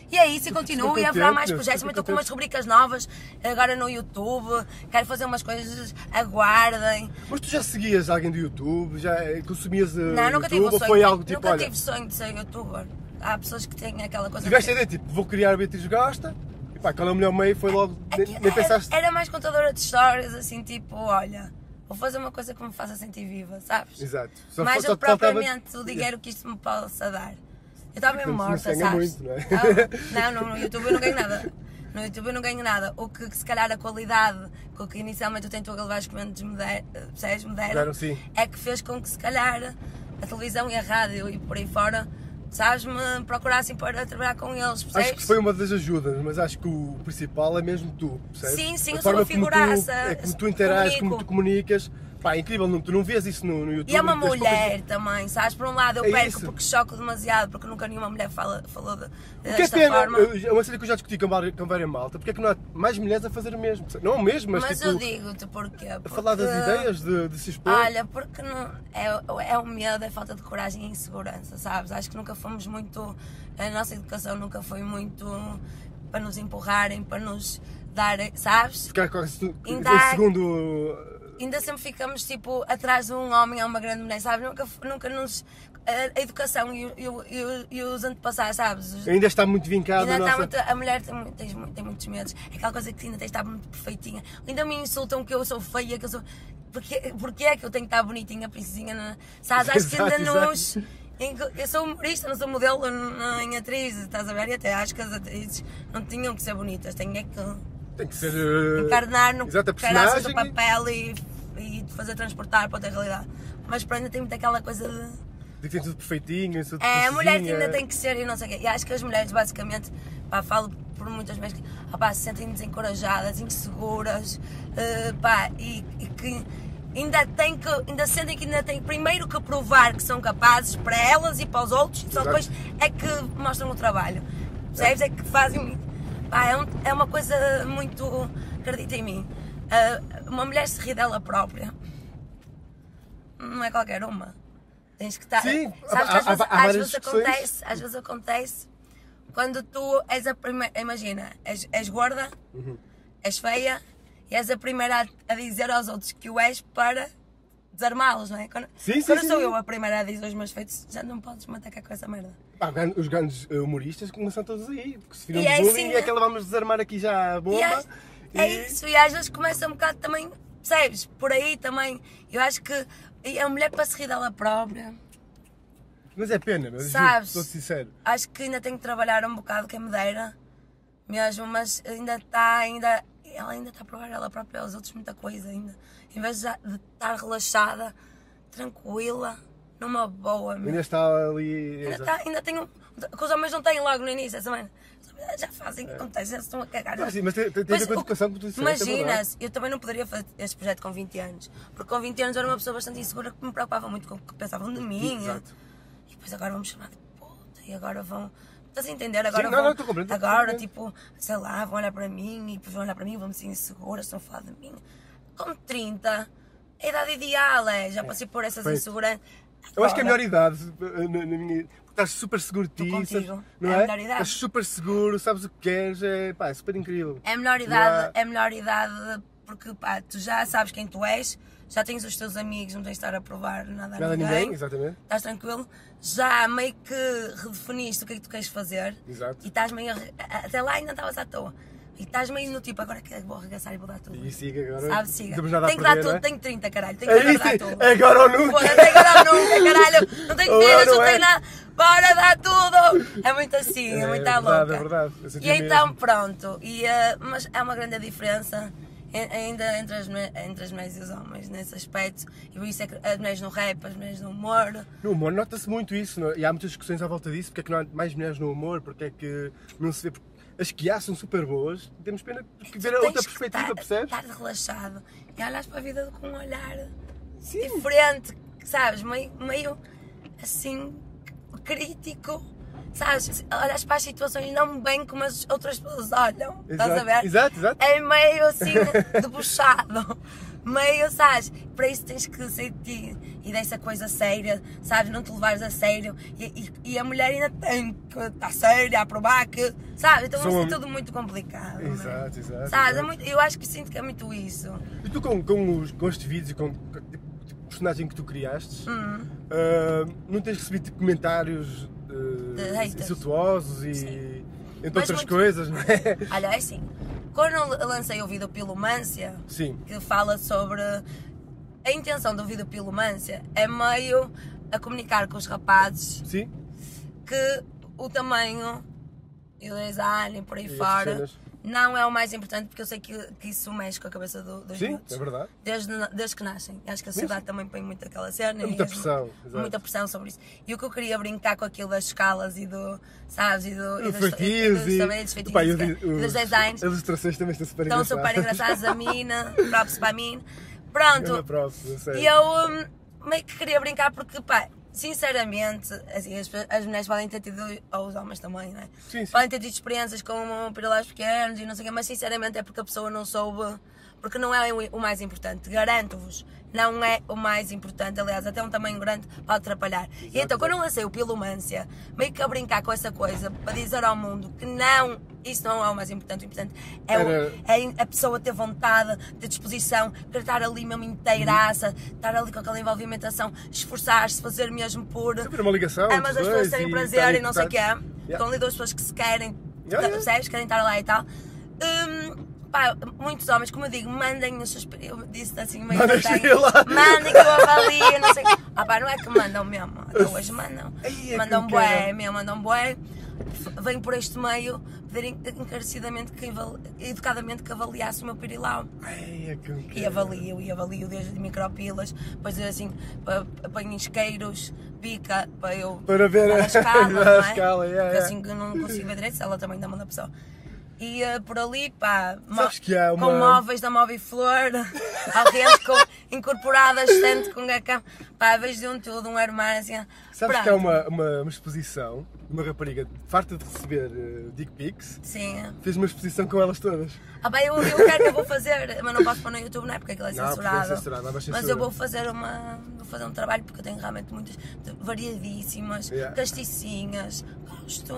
Speaker 2: E é isso, e continuo, e
Speaker 1: contente,
Speaker 2: haverá mais
Speaker 1: eu
Speaker 2: projetos.
Speaker 1: estou
Speaker 2: Também estou com
Speaker 1: contente.
Speaker 2: umas rubricas novas agora no YouTube. Quero fazer umas coisas, aguardem.
Speaker 1: Mas tu já seguias alguém do YouTube? Já eh, consumias eh,
Speaker 2: Não, nunca
Speaker 1: YouTube?
Speaker 2: tive um
Speaker 1: ou
Speaker 2: sonho.
Speaker 1: foi algo tipo,
Speaker 2: nunca
Speaker 1: olha,
Speaker 2: tive sonho de ser youtuber. Há pessoas que têm aquela coisa.
Speaker 1: tiveste a ideia, tipo, vou criar a Beatriz Gosta? E pá, qual é o melhor meio? Foi logo, nem,
Speaker 2: Aquilo
Speaker 1: nem
Speaker 2: era-
Speaker 1: pensaste...
Speaker 2: Era, mais contadora de histórias, assim, tipo, olha, vou fazer uma coisa que me faça sentir viva, sabes?
Speaker 1: Exato.
Speaker 2: mais
Speaker 1: só
Speaker 2: do que
Speaker 1: faltava-
Speaker 2: propriamente o dinheiro que isto me possa dar. Eu estava mesmo
Speaker 1: Portanto, não
Speaker 2: morta,
Speaker 1: se ganha
Speaker 2: sabes?
Speaker 1: muito, não é?
Speaker 2: Ah, não, no, no YouTube eu não ganho nada. No YouTube eu não ganho nada. O que se calhar a qualidade com que inicialmente eu tento levar os comentários me der- percebes? me deram,
Speaker 1: Deram, sim.
Speaker 2: é que fez com que se calhar a televisão e a rádio e por aí fora, sabes, me procurassem para trabalhar com eles, percebes?
Speaker 1: Acho que foi uma das ajudas, mas acho que o principal é mesmo tu, percebes?
Speaker 2: Sim, sim,
Speaker 1: a
Speaker 2: eu sou
Speaker 1: forma como
Speaker 2: uma
Speaker 1: tu-
Speaker 2: figuraça,
Speaker 1: é como tu interages, como
Speaker 2: comunico.
Speaker 1: tu comunicas. Pá, é incrível, não, tu não vês isso no, no YouTube.
Speaker 2: E é uma
Speaker 1: não tens
Speaker 2: mulher também, sabes? Por um lado eu
Speaker 1: É
Speaker 2: perco
Speaker 1: isso.
Speaker 2: porque choco demasiado, porque nunca nenhuma mulher fala, falou de,
Speaker 1: O que é
Speaker 2: desta
Speaker 1: pena,
Speaker 2: forma.
Speaker 1: eu- é uma cena que eu já discuti com várias, com várias malta, porque é que não há mais mulheres a fazer o mesmo? Não o mesmo, mas,
Speaker 2: Mas
Speaker 1: tipo,
Speaker 2: eu digo-te porquê.
Speaker 1: a
Speaker 2: Porque,
Speaker 1: falar das ideias, de, de se expor.
Speaker 2: Ah. Olha, porque não, é, é o medo, é falta de coragem e insegurança, sabes? Acho que nunca fomos muito. A nossa educação nunca foi muito para nos empurrarem, para nos darem, sabes?
Speaker 1: Ficar com esse- com
Speaker 2: Ainda há-
Speaker 1: aquele segundo
Speaker 2: ainda sempre ficamos tipo atrás de um homem ou uma grande mulher, sabes? Nunca, nunca nos. A, a educação e, o- e o- e o- e os antepassados, sabes? Os-
Speaker 1: Ainda está muito vincado
Speaker 2: Ainda
Speaker 1: a
Speaker 2: está
Speaker 1: nossa...
Speaker 2: muito, a mulher tem, mu- tem, mu- tem muitos medos. É aquela coisa que ainda tem de estar muito perfeitinha. Ainda me insultam que eu sou feia, que eu sou. Porquê, porquê é que eu tenho que estar bonitinha, princesinha? na- Sabes? Acho que ainda
Speaker 1: Exato,
Speaker 2: nos. enco- Eu sou humorista, não sou modelo n- nem atriz, estás a ver? E até acho que as atrizes não tinham que ser bonitas, têm é que
Speaker 1: Tem que ser... eh,
Speaker 2: encarnar no
Speaker 1: Exato, a
Speaker 2: caraças do
Speaker 1: personagem.
Speaker 2: papel e, e te fazer transportar para outra realidade. Mas pronto, ainda tem muito aquela coisa de.
Speaker 1: Tem que ser tudo perfeitinho, tudo
Speaker 2: É, a mulher que
Speaker 1: cozinha.
Speaker 2: ainda tem que ser e não sei o quê. E acho que as mulheres, basicamente, pá, falo por muitas vezes, que ah, pá, se sentem desencorajadas, inseguras, eh, pá, e, e que ainda têm que, ainda sentem que ainda têm primeiro que provar que são capazes para elas e para os outros, e só
Speaker 1: Exato.
Speaker 2: depois é que mostram o trabalho. Percebes? É que fazem. Pá, é, um- é uma coisa muito. Acredita em mim. eh, uma mulher se ri dela própria. Não é qualquer uma. Tens que estar.
Speaker 1: Sim,
Speaker 2: sabes
Speaker 1: há-
Speaker 2: que às
Speaker 1: há-
Speaker 2: vezes,
Speaker 1: há
Speaker 2: às
Speaker 1: várias
Speaker 2: vezes
Speaker 1: discussões.
Speaker 2: acontece, às vezes acontece quando tu és a primeira. Imagina, és, és gorda,
Speaker 1: Uhum.
Speaker 2: és feia e és a primeira a, a dizer aos outros que o és para desarmá-los, não é? Quando,
Speaker 1: Sim, sim,
Speaker 2: quando
Speaker 1: sim,
Speaker 2: sou
Speaker 1: sim.
Speaker 2: eu a primeira a dizer os meus feitos, já não podes me atacar com essa é merda.
Speaker 1: Pá, gran- os grandes eh, humoristas começam todos aí, porque se viram
Speaker 2: E
Speaker 1: de
Speaker 2: é
Speaker 1: bullying
Speaker 2: assim,
Speaker 1: é aquela vamos desarmar aqui já a bomba.
Speaker 2: E às- É isso, e às vezes começa um bocado também, percebes? Por aí também. Eu acho que e a mulher para se rir dela própria.
Speaker 1: Mas é pena, mas juro,
Speaker 2: Sabes?
Speaker 1: estou sincero.
Speaker 2: Acho que ainda tenho que trabalhar um bocado quem me dera. Mesmo, mas ainda está, ainda. Ela ainda está a provar ela própria aos outros muita coisa ainda. Em vez de de estar relaxada, tranquila, numa boa. meu.
Speaker 1: Ainda está ali.
Speaker 2: Ainda,
Speaker 1: exato.
Speaker 2: tá, ainda tenho. Que os homens não têm logo no início, essa mãe. Já fazem, acontece, já se estão a cagar.
Speaker 1: É. Não, sim, mas tem, tem, tem a ver com a
Speaker 2: o-
Speaker 1: educação que tu disseste. é
Speaker 2: Imagina,
Speaker 1: verdade.
Speaker 2: eu também não poderia fazer este projeto com 20 anos. Porque com 20 anos eu era uma pessoa bastante insegura que me preocupava muito com o que pensavam de mim.
Speaker 1: Exato.
Speaker 2: E depois agora vão me chamar de puta e agora vão. Estás a entender? Agora
Speaker 1: não,
Speaker 2: vão.
Speaker 1: não, estou completamente-
Speaker 2: agora,
Speaker 1: completamente.
Speaker 2: tipo, sei lá, vão olhar para mim e depois vão olhar para mim e vão me sentir insegura, estão a falar de mim. Com 30, é a idade ideal, é. Já passei por essas
Speaker 1: perfeito.
Speaker 2: inseguranças.
Speaker 1: Eu acho que é a
Speaker 2: Agora-
Speaker 1: melhor idade. eh, Na, na minha... Porque estás super seguro de ti.
Speaker 2: Estou
Speaker 1: sabes-
Speaker 2: contigo.
Speaker 1: Não
Speaker 2: É a
Speaker 1: é?
Speaker 2: melhor idade.
Speaker 1: Estás super seguro, sabes o que queres, é, pá, é super incrível.
Speaker 2: É a melhor
Speaker 1: Não
Speaker 2: idade,
Speaker 1: há-
Speaker 2: é a melhor idade porque pá, tu já sabes quem tu és, já tens os teus amigos, não tens de estar a provar nada a
Speaker 1: Nada a
Speaker 2: ninguém.
Speaker 1: ninguém, exatamente.
Speaker 2: Estás tranquilo? Já meio que redefiniste o que é que tu queres fazer
Speaker 1: Exato.
Speaker 2: e estás meio. a- a- Até lá ainda estavas à toa. E estás meio no tipo, agora que vou arregaçar e vou dar tudo.
Speaker 1: E siga agora.
Speaker 2: Sabe, siga.
Speaker 1: Não temos nada a
Speaker 2: Tenho que dar
Speaker 1: perder,
Speaker 2: tudo,
Speaker 1: não é?
Speaker 2: tenho 30, caralho. Tenho que
Speaker 1: É
Speaker 2: agora
Speaker 1: isso,
Speaker 2: dar tudo.
Speaker 1: é agora ou nunca.
Speaker 2: Porra, tem que dar nunca, caralho. Não tenho
Speaker 1: Ou
Speaker 2: filhos,
Speaker 1: não
Speaker 2: não
Speaker 1: é?
Speaker 2: tenho nada. Bora dar tudo. É muito assim, é,
Speaker 1: É
Speaker 2: muito à
Speaker 1: verdade,
Speaker 2: louca.
Speaker 1: é verdade. Eu senti
Speaker 2: E então,
Speaker 1: mesmo.
Speaker 2: pronto. E, eh, mas há uma grande diferença en- ainda entre as, mulher- entre as mulheres e os homens nesse aspecto. E por isso é que as mulheres no rap, as mulheres no humor.
Speaker 1: No humor nota-se muito isso, não é? e há muitas discussões à volta disso, porque é que não há mais mulheres no humor, porque é que não se vê. porque As que há são super boas, temos pena de ver a outra
Speaker 2: Tens É que
Speaker 1: perspectiva,
Speaker 2: estar-
Speaker 1: percebes?
Speaker 2: Estar relaxado e olhas para a vida com um olhar
Speaker 1: Sim.
Speaker 2: diferente, sabes? Meio, meio assim crítico, sabes? Olhas para as situações não bem como as outras pessoas olham, estás a
Speaker 1: Exato,
Speaker 2: ver?
Speaker 1: exato, exato.
Speaker 2: É meio assim debochado, meio, sabes? Para isso tens que ser de ti e dessa coisa séria, sabes? Não te levares a sério e, e- e a mulher ainda tem que estar séria a provar que, sabes? Então
Speaker 1: Sou
Speaker 2: isso é
Speaker 1: um-
Speaker 2: tudo muito complicado. não é?
Speaker 1: Exato, exato.
Speaker 2: Sabes, é
Speaker 1: exato.
Speaker 2: muito- eu acho que sinto que é muito isso.
Speaker 1: E tu com, com, os, com estes vídeos e com com o tipo de personagem que tu criaste,
Speaker 2: Hum.
Speaker 1: ah, não tens recebido tipo, comentários ah,
Speaker 2: haters.
Speaker 1: insultuosos e
Speaker 2: Sim.
Speaker 1: entre
Speaker 2: Mas
Speaker 1: outras
Speaker 2: muito-
Speaker 1: coisas, não é?
Speaker 2: Olha, é assim, quando eu lancei o vídeo Pilomância,
Speaker 1: Sim.
Speaker 2: que fala sobre a intenção do vídeo Pilomância, é meio a comunicar com os rapazes
Speaker 1: Sim?
Speaker 2: que o tamanho e o design e por aí
Speaker 1: essas
Speaker 2: fora
Speaker 1: cenas.
Speaker 2: não é o mais importante porque eu sei que, que isso mexe com a cabeça do, dos
Speaker 1: Sim,
Speaker 2: miúdos.
Speaker 1: é verdade.
Speaker 2: Desde, desde que nascem. Acho que a sociedade também põe muito aquela cena.
Speaker 1: É
Speaker 2: e
Speaker 1: muita
Speaker 2: as-
Speaker 1: pressão, exato.
Speaker 2: Muita pressão sobre isso. E o que eu queria brincar com aquilo das escalas e do. Sabes? E do.
Speaker 1: Os
Speaker 2: dos-
Speaker 1: feitios
Speaker 2: dos
Speaker 1: e.
Speaker 2: tamanhos, feitios,
Speaker 1: Pá, e
Speaker 2: e
Speaker 1: os- os-
Speaker 2: dos designs.
Speaker 1: As ilustrações também estão super
Speaker 2: Estão
Speaker 1: engraçadas.
Speaker 2: super engraçados. A mina, props para mim.
Speaker 1: Ganda
Speaker 2: Pronto,
Speaker 1: props, eu sei.
Speaker 2: e eu hum, meio que queria brincar porque, pá, sinceramente, assim, as, pe- as mulheres podem ter tido, ou os homens também, né?
Speaker 1: Sim, sim.
Speaker 2: um é Podem ter tido experiências com pirilaus pequenos e não sei o quê, mas sinceramente é porque a pessoa não soube porque não é o- o mais importante, garanto-vos. Não é o mais importante, aliás, até um tamanho grande pode atrapalhar. E então, quando eu lancei o Pilumância, meio que a brincar com essa coisa, para dizer ao mundo que não, isso não é o mais importante. O importante é, o-
Speaker 1: Era-
Speaker 2: é a pessoa ter vontade, ter disposição, querer estar ali mesmo inteiraça, estar ali com aquela envolvimentação, esforçar-se, fazer mesmo por.
Speaker 1: Sempre uma ligação.
Speaker 2: Ambas
Speaker 1: entre
Speaker 2: Ah, as
Speaker 1: os
Speaker 2: pessoas
Speaker 1: dois
Speaker 2: terem
Speaker 1: e tá
Speaker 2: prazer e
Speaker 1: estarem
Speaker 2: não sei o que é.
Speaker 1: conectados.
Speaker 2: Estão ali duas pessoas que se querem,
Speaker 1: Yeah,
Speaker 2: percebes? Querem estar lá e tal. Hum, pá, muitos homens, como eu digo, mandem os seus. Eu disse assim, meio
Speaker 1: Mandem
Speaker 2: que eu tenho,
Speaker 1: estrelas.
Speaker 2: Mandem que eu avalio, não sei. Ah, pá, não é que mandam mesmo. Então hoje mandam.
Speaker 1: Ai, é que
Speaker 2: mandam
Speaker 1: eu
Speaker 2: bué,
Speaker 1: quero.
Speaker 2: mesmo, mandam bué. F- Venho por este meio pedir encarecidamente, que, aval- educadamente, que avaliasse o meu pirilau.
Speaker 1: Ai, é que eu
Speaker 2: E
Speaker 1: quero.
Speaker 2: avalio, e avalio desde micropilas, depois assim, pa- apanho isqueiros, pica, para eu.
Speaker 1: Para ver
Speaker 2: dar
Speaker 1: a-
Speaker 2: a escala,
Speaker 1: dar a
Speaker 2: não é?
Speaker 1: escala, yeah,
Speaker 2: Porque
Speaker 1: yeah.
Speaker 2: assim que eu não consigo ver direito, se ela também dá uma da pessoa. E eh, por ali, pá, mo-
Speaker 1: Sabes que há uma-
Speaker 2: com móveis da Móvel Flor, ao rente com incorporadas, estante com gacam, pá, vejo de um tudo, um armário assim.
Speaker 1: Sabes
Speaker 2: pronto.
Speaker 1: que há uma, uma, uma exposição de uma rapariga farta de receber eh, dick pics,
Speaker 2: Sim.
Speaker 1: fez uma exposição com elas todas.
Speaker 2: Ah, bem, eu, eu quero que eu vou fazer, mas não posso pôr no YouTube, não é? Porque aquilo é
Speaker 1: Não, porque é
Speaker 2: censurado.
Speaker 1: censurado, há uma
Speaker 2: mas
Speaker 1: censura.
Speaker 2: eu vou fazer uma. Vou fazer um trabalho porque eu tenho realmente muitas de- variadíssimas,
Speaker 1: Yeah.
Speaker 2: casticinhas. Gosto,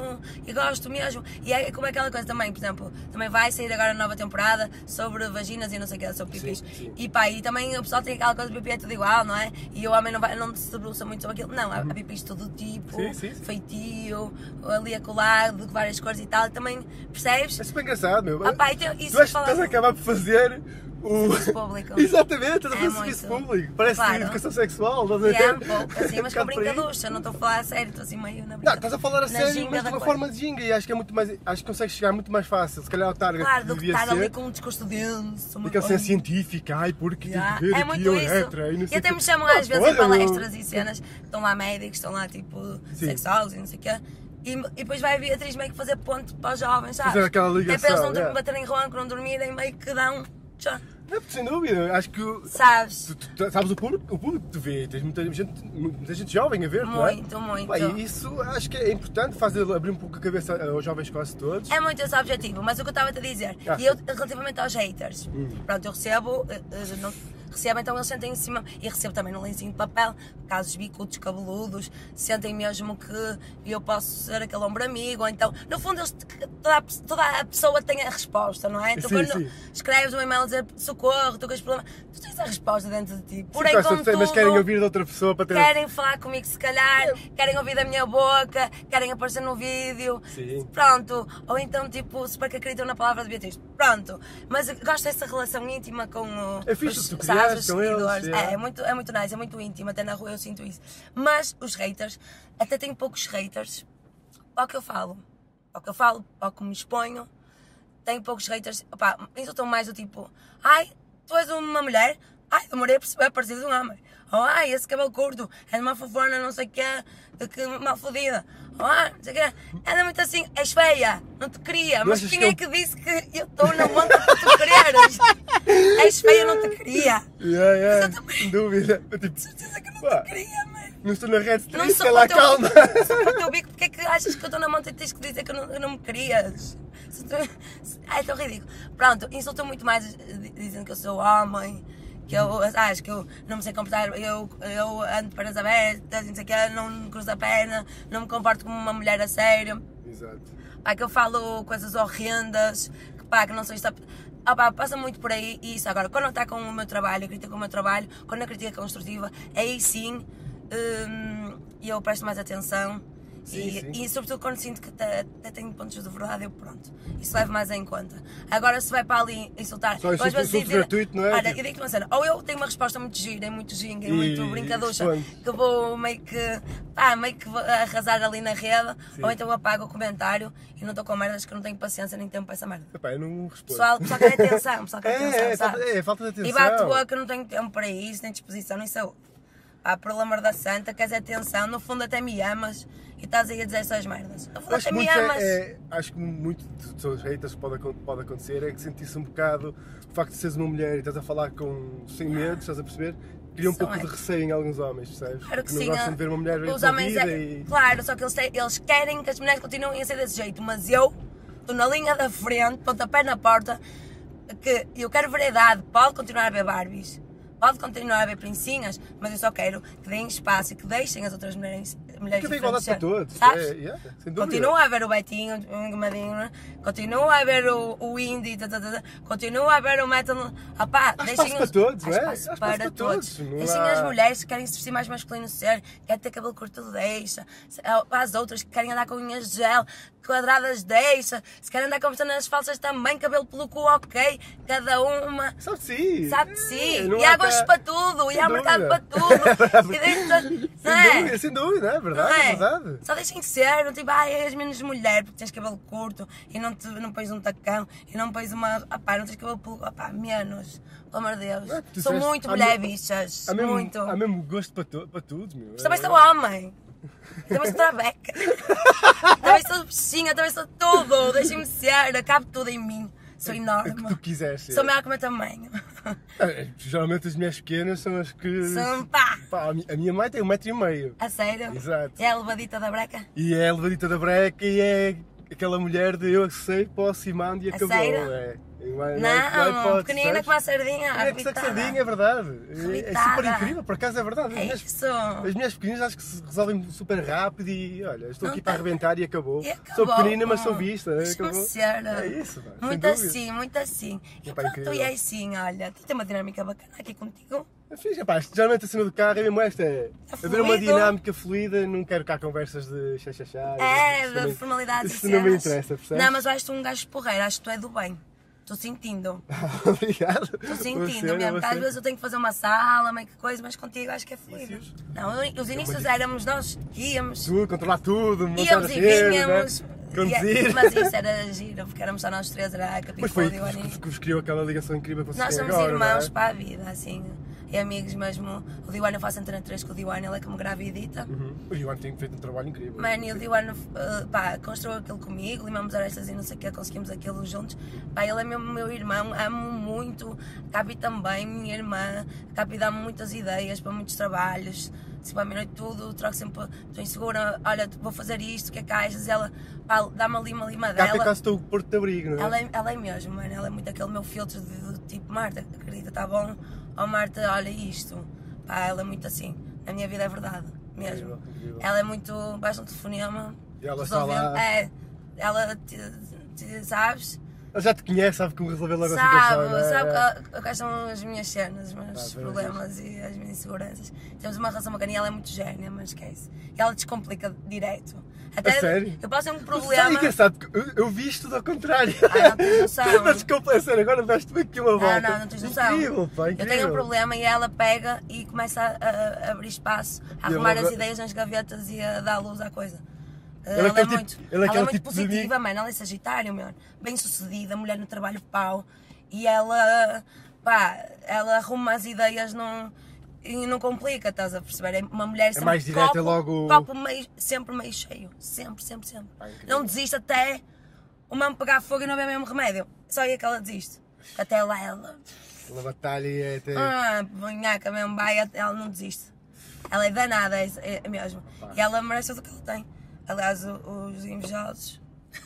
Speaker 2: e gosto mesmo. E é como aquela coisa também, por exemplo, também vai sair agora a nova temporada sobre vaginas e não sei o que, sobre pipis.
Speaker 1: Sim, sim.
Speaker 2: E pá, e também o pessoal tem aquela coisa de pipi é tudo igual, não é? E o homem não, vai, não se debruça muito sobre aquilo. Não, há, há pipis de todo o tipo,
Speaker 1: Uhum. Sim, sim, sim.
Speaker 2: feitio, ali a colar, de várias cores e tal. E também, percebes?
Speaker 1: É super engraçado, meu.
Speaker 2: Ah pá, então, isso
Speaker 1: tu és,
Speaker 2: falar-
Speaker 1: estás a acabar por fazer o.
Speaker 2: Serviço público.
Speaker 1: Exatamente, estás a fazer
Speaker 2: É
Speaker 1: serviço
Speaker 2: muito.
Speaker 1: público. Parece
Speaker 2: Claro.
Speaker 1: educação sexual, estás a
Speaker 2: E é um
Speaker 1: ver?
Speaker 2: pouco assim, mas com
Speaker 1: Bocado por aí.
Speaker 2: brincaducha, não estou a falar a sério, estou assim meio na brincadeira.
Speaker 1: Não, estás a falar a
Speaker 2: na
Speaker 1: sério,
Speaker 2: ginga
Speaker 1: mas de
Speaker 2: da
Speaker 1: uma
Speaker 2: coisa.
Speaker 1: forma de ginga e acho que é muito mais. Acho que consegues chegar muito mais fácil. Se calhar o target
Speaker 2: Claro, do que
Speaker 1: devia
Speaker 2: estar
Speaker 1: ser.
Speaker 2: ali com um discurso denso. uma
Speaker 1: Aquele
Speaker 2: coisa-
Speaker 1: ser científico, ai, porque
Speaker 2: Yeah,
Speaker 1: tem que ver
Speaker 2: É
Speaker 1: aqui
Speaker 2: muito
Speaker 1: a
Speaker 2: isso.
Speaker 1: letra e não
Speaker 2: E
Speaker 1: sei o
Speaker 2: até
Speaker 1: quê.
Speaker 2: me chamam
Speaker 1: Ah,
Speaker 2: às vezes
Speaker 1: olha,
Speaker 2: em
Speaker 1: meu.
Speaker 2: palestras e cenas. Estão lá médicos, estão lá tipo
Speaker 1: Sim.
Speaker 2: sexólogos e não sei o quê. E, e depois vai a Beatriz meio que fazer ponto para os jovens, sabes?
Speaker 1: Fazer aquela
Speaker 2: Até para eles
Speaker 1: ligação,
Speaker 2: não
Speaker 1: yeah.
Speaker 2: baterem ronco, não dormirem, meio que dão. tchá,
Speaker 1: Não, sem dúvida, acho que. o-
Speaker 2: Sabes?
Speaker 1: Tu, tu- tu- sabes o público, o público te vê, tens muita gente, muita gente jovem a ver, não é?
Speaker 2: Muito, muito.
Speaker 1: Pá, e isso acho que é importante, faz abrir um pouco a cabeça aos jovens quase todos.
Speaker 2: É muito esse o objetivo, mas o que eu estava a te dizer,
Speaker 1: Ah. Hum.
Speaker 2: e eu relativamente aos haters, pronto, eu recebo, eh, eh, não- recebo, então eles sentem em cima, e recebo também no lencinho de papel, casos bicudos, cabeludos, sentem mesmo que eu posso ser aquele ombro amigo, ou então, no fundo, eles- toda, a, pe- toda a pessoa tem a resposta, não é? Tu
Speaker 1: Sim,
Speaker 2: quando
Speaker 1: sim.
Speaker 2: escreves um e-mail a dizer socorro, tu com este problema, tu tens a resposta dentro de ti, porém,
Speaker 1: Gostam de
Speaker 2: contudo,
Speaker 1: ser, mas querem ouvir de outra pessoa para ter.
Speaker 2: querem falar comigo se calhar, querem ouvir da minha boca, querem aparecer no vídeo,
Speaker 1: Sim.
Speaker 2: pronto, ou então tipo, super que acreditam na palavra de Beatriz, pronto, mas eu gosto dessa relação íntima com o,
Speaker 1: É fixe
Speaker 2: os,
Speaker 1: tu criares
Speaker 2: sabes, os
Speaker 1: com eles,
Speaker 2: seguidores,
Speaker 1: yeah.
Speaker 2: é, é muito, é muito nice, é muito íntimo, até na rua eu sinto isso, mas os haters, até tenho poucos haters, ao que eu falo, ao que eu falo, ao que me exponho, tenho poucos haters. Opá, insultam mais do tipo, ai, tu és uma mulher, ai, demorei a perceber, parecido de um homem. Ou ai, esse cabelo curto, és uma fofona, não sei o quê, de que mal fodida. Ou ai, não sei o quê, anda muito assim, és feia, não te queria. Mas
Speaker 1: achas
Speaker 2: quem
Speaker 1: que eu-
Speaker 2: é que disse que eu estou na monta que tu quereres? és feia, não te queria.
Speaker 1: Yeah, yeah,
Speaker 2: Mas eu também-
Speaker 1: sem dúvida. Eu, tipo,
Speaker 2: Certeza que não
Speaker 1: Pá.
Speaker 2: te queria, mãe.
Speaker 1: não estou na rede
Speaker 2: Não
Speaker 1: street, calma,
Speaker 2: sou para o
Speaker 1: é calma.
Speaker 2: teu, sou para o teu bico, porque é que achas que eu estou na monta e tens que dizer que eu não, eu não me querias? Se tu- se- Ai, é tão ridículo. Pronto, insultam muito mais eh, di- dizendo que eu sou homem, que eu, eh, sabes, que eu não me sei comportar, eu, eu ando de pernas abertas, não sei o quê, não me cruzo a perna, não me comporto como uma mulher a sério
Speaker 1: Exato.
Speaker 2: pá, que eu falo coisas horrendas, que pá, que não sei estar. Ah, pá, passa muito por aí e isso. Agora, quando não está com o meu trabalho, eu critico o meu trabalho, quando a crítica é construtiva, aí sim hum, eu presto mais atenção. e,
Speaker 1: Sim, sim.
Speaker 2: e sobretudo quando sinto que até, até tenho pontos de verdade, eu pronto, isso levo mais em conta. Agora se vai para ali insultar,
Speaker 1: Só
Speaker 2: eu às
Speaker 1: insulto-
Speaker 2: vezes
Speaker 1: insulto
Speaker 2: digo-
Speaker 1: gratuito, não é?
Speaker 2: Olha,
Speaker 1: Tipo-
Speaker 2: eu digo-te uma cena, ou eu tenho uma resposta muito gira, e muito ginga, e
Speaker 1: E
Speaker 2: muito brincaducha,
Speaker 1: respondes.
Speaker 2: que vou meio que, pá, meio que vou arrasar ali na rede,
Speaker 1: Sim.
Speaker 2: ou então eu apago o comentário e não estou com merdas que eu não tenho paciência nem tempo para essa merda.
Speaker 1: Epá, eu não respondo.
Speaker 2: Pessoal, pessoal quer atenção, pessoal quer atenção,
Speaker 1: é, é,
Speaker 2: sabe?
Speaker 1: falta, é, falta de atenção.
Speaker 2: E bate boa que eu não tenho tempo para isso, nem disposição, nem saúde. Pá, pelo amor da santa, queres atenção, no fundo até me amas e estás aí a dizer essas merdas. No fundo
Speaker 1: acho
Speaker 2: até
Speaker 1: que
Speaker 2: me
Speaker 1: muito,
Speaker 2: amas.
Speaker 1: é, é- acho que muito de pessoas haters pode, acon- pode acontecer é que sentisse um bocado o facto de seres uma mulher e estás a falar com sem medo, estás a perceber? Cria um
Speaker 2: São
Speaker 1: pouco de
Speaker 2: Ah. é.
Speaker 1: receio em alguns homens, percebes?
Speaker 2: Claro que
Speaker 1: não
Speaker 2: sim.
Speaker 1: gostam
Speaker 2: ah,
Speaker 1: de ver uma mulher
Speaker 2: os homens
Speaker 1: resolvida
Speaker 2: é-
Speaker 1: e.
Speaker 2: Claro, só que eles, têm- eles querem que as mulheres continuem a ser desse jeito, mas eu estou na linha da frente, pontapé na porta, que eu quero variedade, pode continuar a ver Barbies, pode continuar a ver princinhas, mas eu só quero que deem espaço e que deixem as outras mulheres. mulheres
Speaker 1: Porque tem
Speaker 2: diferenciar,
Speaker 1: igualdade para todos.
Speaker 2: sabes?
Speaker 1: É, yeah, sem dúvida.
Speaker 2: Continua a ver o Betinho, o Gomadinho, né? continua a ver o, o Indie, tá, tá, tá, tá. continua a ver o Metal. Opá,
Speaker 1: Há
Speaker 2: deixem
Speaker 1: espaço para
Speaker 2: os-
Speaker 1: todos,
Speaker 2: há
Speaker 1: não é?
Speaker 2: espaço
Speaker 1: Há espaço
Speaker 2: para,
Speaker 1: para
Speaker 2: todos.
Speaker 1: todos, não
Speaker 2: Deixem
Speaker 1: há-
Speaker 2: as mulheres que querem se vestir mais masculino ser, querem ter cabelo curto, deixa. Se- ah, As outras que querem andar com unhas de gel, quadradas, deixa. Se querem andar com pestanas falsas também, cabelo pelo cu, ok. Cada uma.
Speaker 1: Sabe de si.
Speaker 2: Sabe de si,
Speaker 1: É, não
Speaker 2: e
Speaker 1: há
Speaker 2: há gosto
Speaker 1: cá-
Speaker 2: para tudo, e
Speaker 1: Sem
Speaker 2: há mercado para
Speaker 1: dúvida.
Speaker 2: tudo, e dentro, não
Speaker 1: Sem
Speaker 2: é?
Speaker 1: dúvida, sem dúvida, é verdade,
Speaker 2: Não
Speaker 1: é verdade.
Speaker 2: Só deixem ser, não tipo, ai, és menos mulher porque tens cabelo curto e não, te, não pões um tacão e não pões uma. Ah, pá, não tens cabelo pelo. Ah, pá, menos. Pelo amor de Deus.
Speaker 1: Não é que tu
Speaker 2: Sou
Speaker 1: disseste,
Speaker 2: muito
Speaker 1: há
Speaker 2: mulher,
Speaker 1: me-
Speaker 2: bichas.
Speaker 1: Há mesmo,
Speaker 2: muito.
Speaker 1: há mesmo gosto para, to- para tudo, meu.
Speaker 2: Mas Também
Speaker 1: É-
Speaker 2: sou homem. Também sou trabeca. também sou bichinha, também sou tudo. Deixem-me ser, cabe tudo em mim. Sou
Speaker 1: O que
Speaker 2: enorme.
Speaker 1: tu quiseres ser.
Speaker 2: Sou maior que o meu tamanho.
Speaker 1: É, Geralmente as mulheres pequenas são as que.
Speaker 2: Sou pá.
Speaker 1: Pá, a mi- a minha mãe tem um metro e meio.
Speaker 2: A sério?
Speaker 1: Exato.
Speaker 2: É a levadita da breca?
Speaker 1: E é a levadita da breca e é aquela mulher de eu sei, posso e mando e
Speaker 2: A
Speaker 1: acabou.
Speaker 2: sério?
Speaker 1: É. E vai- vai- vai
Speaker 2: Não,
Speaker 1: pode,
Speaker 2: pequenina
Speaker 1: sabes?
Speaker 2: como a sardinha.
Speaker 1: É que
Speaker 2: coitada.
Speaker 1: sardinha, é verdade. É- É,
Speaker 2: Coitada.
Speaker 1: super incrível, por acaso é verdade. As
Speaker 2: É
Speaker 1: minhas,
Speaker 2: isso.
Speaker 1: as minhas pequeninas acho que se resolvem super rápido e olha, estou
Speaker 2: Não
Speaker 1: aqui para
Speaker 2: tá.
Speaker 1: arrebentar e acabou.
Speaker 2: E acabou.
Speaker 1: Sou pequenina, mas sou
Speaker 2: Hum.
Speaker 1: vista. né?
Speaker 2: Deixa-me
Speaker 1: Acabou.
Speaker 2: ser.
Speaker 1: É isso, pá, sem
Speaker 2: Muito
Speaker 1: dúvida.
Speaker 2: assim, muito assim. E
Speaker 1: É pá,
Speaker 2: pronto,
Speaker 1: incrível.
Speaker 2: e é assim, olha. Tu tens uma dinâmica bacana aqui contigo.
Speaker 1: É fixe, pá, isto geralmente a cena do carro é mesmo esta. É
Speaker 2: É
Speaker 1: haver uma
Speaker 2: fluido.
Speaker 1: dinâmica fluida, não quero cá conversas de chá chá chá.
Speaker 2: É,
Speaker 1: isso
Speaker 2: da
Speaker 1: também-
Speaker 2: formalidade
Speaker 1: Isso não me interessa, percebes?
Speaker 2: Não, mas eu acho que tu um gajo porreiro, acho que tu é do bem. Estou sentindo.
Speaker 1: Obrigado.
Speaker 2: Estou
Speaker 1: Você, é, né,
Speaker 2: sentindo mesmo.
Speaker 1: você.
Speaker 2: porque Às vezes eu tenho que fazer uma sala, meio que coisa, mas contigo acho que é fluido.
Speaker 1: Inícios?
Speaker 2: Não, eu- os inícios éramos nós que íamos.
Speaker 1: Tudo, controlar tudo, montar
Speaker 2: Íamos
Speaker 1: as
Speaker 2: e
Speaker 1: redes,
Speaker 2: vinhamos.
Speaker 1: né?
Speaker 2: E- é,
Speaker 1: conduzir.
Speaker 2: Mas isso era giro, porque éramos só nós três, era a
Speaker 1: Mas foi
Speaker 2: Capicúlio e o Aninho.
Speaker 1: que que vos criou aquela ligação incrível que vocês
Speaker 2: Nós
Speaker 1: têm
Speaker 2: somos
Speaker 1: agora,
Speaker 2: irmãos
Speaker 1: não é?
Speaker 2: para a vida, assim. E amigos mesmo. O Diwan eu faço antena 3 com o Diwan, ele é que me gravidita.
Speaker 1: Uhum. O Iwan tem feito um trabalho incrível.
Speaker 2: Mano, e o Diwan, eh, pá, construiu aquilo comigo, limamos arestas e não sei o que, conseguimos aquilo juntos. Pá, ele é mesmo meu irmão, amo muito. Capi também, minha irmã. Capi dá-me muitas ideias para muitos trabalhos. Se para mim noite tudo, troco sempre, estou insegura, olha, vou fazer isto, o que é que achas? Ela, pá, dá-me ali uma limadela.
Speaker 1: Cá tem quase todo o porto de abrigo, não é?
Speaker 2: Ela é, ela é mesmo, mano. Ela é muito aquele meu filtro de, de tipo, Marta, acredita, tá bom? Oh, Marta, olha isto. Pá, ela é muito assim. Na minha vida é verdade, mesmo.
Speaker 1: Incrível, incrível.
Speaker 2: Ela é muito. Basta um telefonema.
Speaker 1: E ela está
Speaker 2: resolve-
Speaker 1: lá.
Speaker 2: É, ela. te- te- sabes?
Speaker 1: Ela já te conhece, sabe como resolver logo a
Speaker 2: Sabe,
Speaker 1: situação, não é?
Speaker 2: sabe
Speaker 1: É.
Speaker 2: qual- quais são as minhas cenas, os meus
Speaker 1: Ah, bem,
Speaker 2: problemas e as minhas inseguranças. Temos uma relação bacana e ela é muito gênia, mas esquece. E ela descomplica direto.
Speaker 1: sério?
Speaker 2: Eu posso ter um
Speaker 1: Sabe,
Speaker 2: problema.
Speaker 1: engraçado, que é eu, eu vi isto tudo ao contrário.
Speaker 2: Ah, não tens noção. Ah,
Speaker 1: Mas desculpa, é sério, agora deste-me aqui uma
Speaker 2: Não,
Speaker 1: volta.
Speaker 2: não, não tens noção.
Speaker 1: Incrível, pá,
Speaker 2: eu
Speaker 1: incrível.
Speaker 2: tenho um problema e ela pega e começa a, a- a abrir espaço, a
Speaker 1: E
Speaker 2: arrumar
Speaker 1: ela-
Speaker 2: as ideias nas gavetas e a dar luz à coisa. Uh,
Speaker 1: Ela é
Speaker 2: Ela, é
Speaker 1: aquele
Speaker 2: muito,
Speaker 1: tipo- ela
Speaker 2: ela
Speaker 1: é
Speaker 2: é
Speaker 1: aquele
Speaker 2: muito
Speaker 1: tipo de
Speaker 2: positiva, mano. Ela é Sagitário, meu. Bem sucedida, mulher no trabalho, pau. E ela, pá, ela arruma as ideias num, e não complica, estás a perceber? É uma mulher sempre.
Speaker 1: mais direta,
Speaker 2: copo,
Speaker 1: é logo-
Speaker 2: Copo meio- sempre meio cheio. Sempre, sempre, sempre.
Speaker 1: Ah, incrível.
Speaker 2: não desiste até o mamo pegar fogo e não beber mesmo remédio. Só aí é que ela desiste. Até lá ela.
Speaker 1: Pela batalha e é até.
Speaker 2: Ah, bonhaca mesmo, vai, ela não desiste. Ela é danada, é, é mesmo. E ela merece tudo o que ela tem. Aliás, o- os invejosos.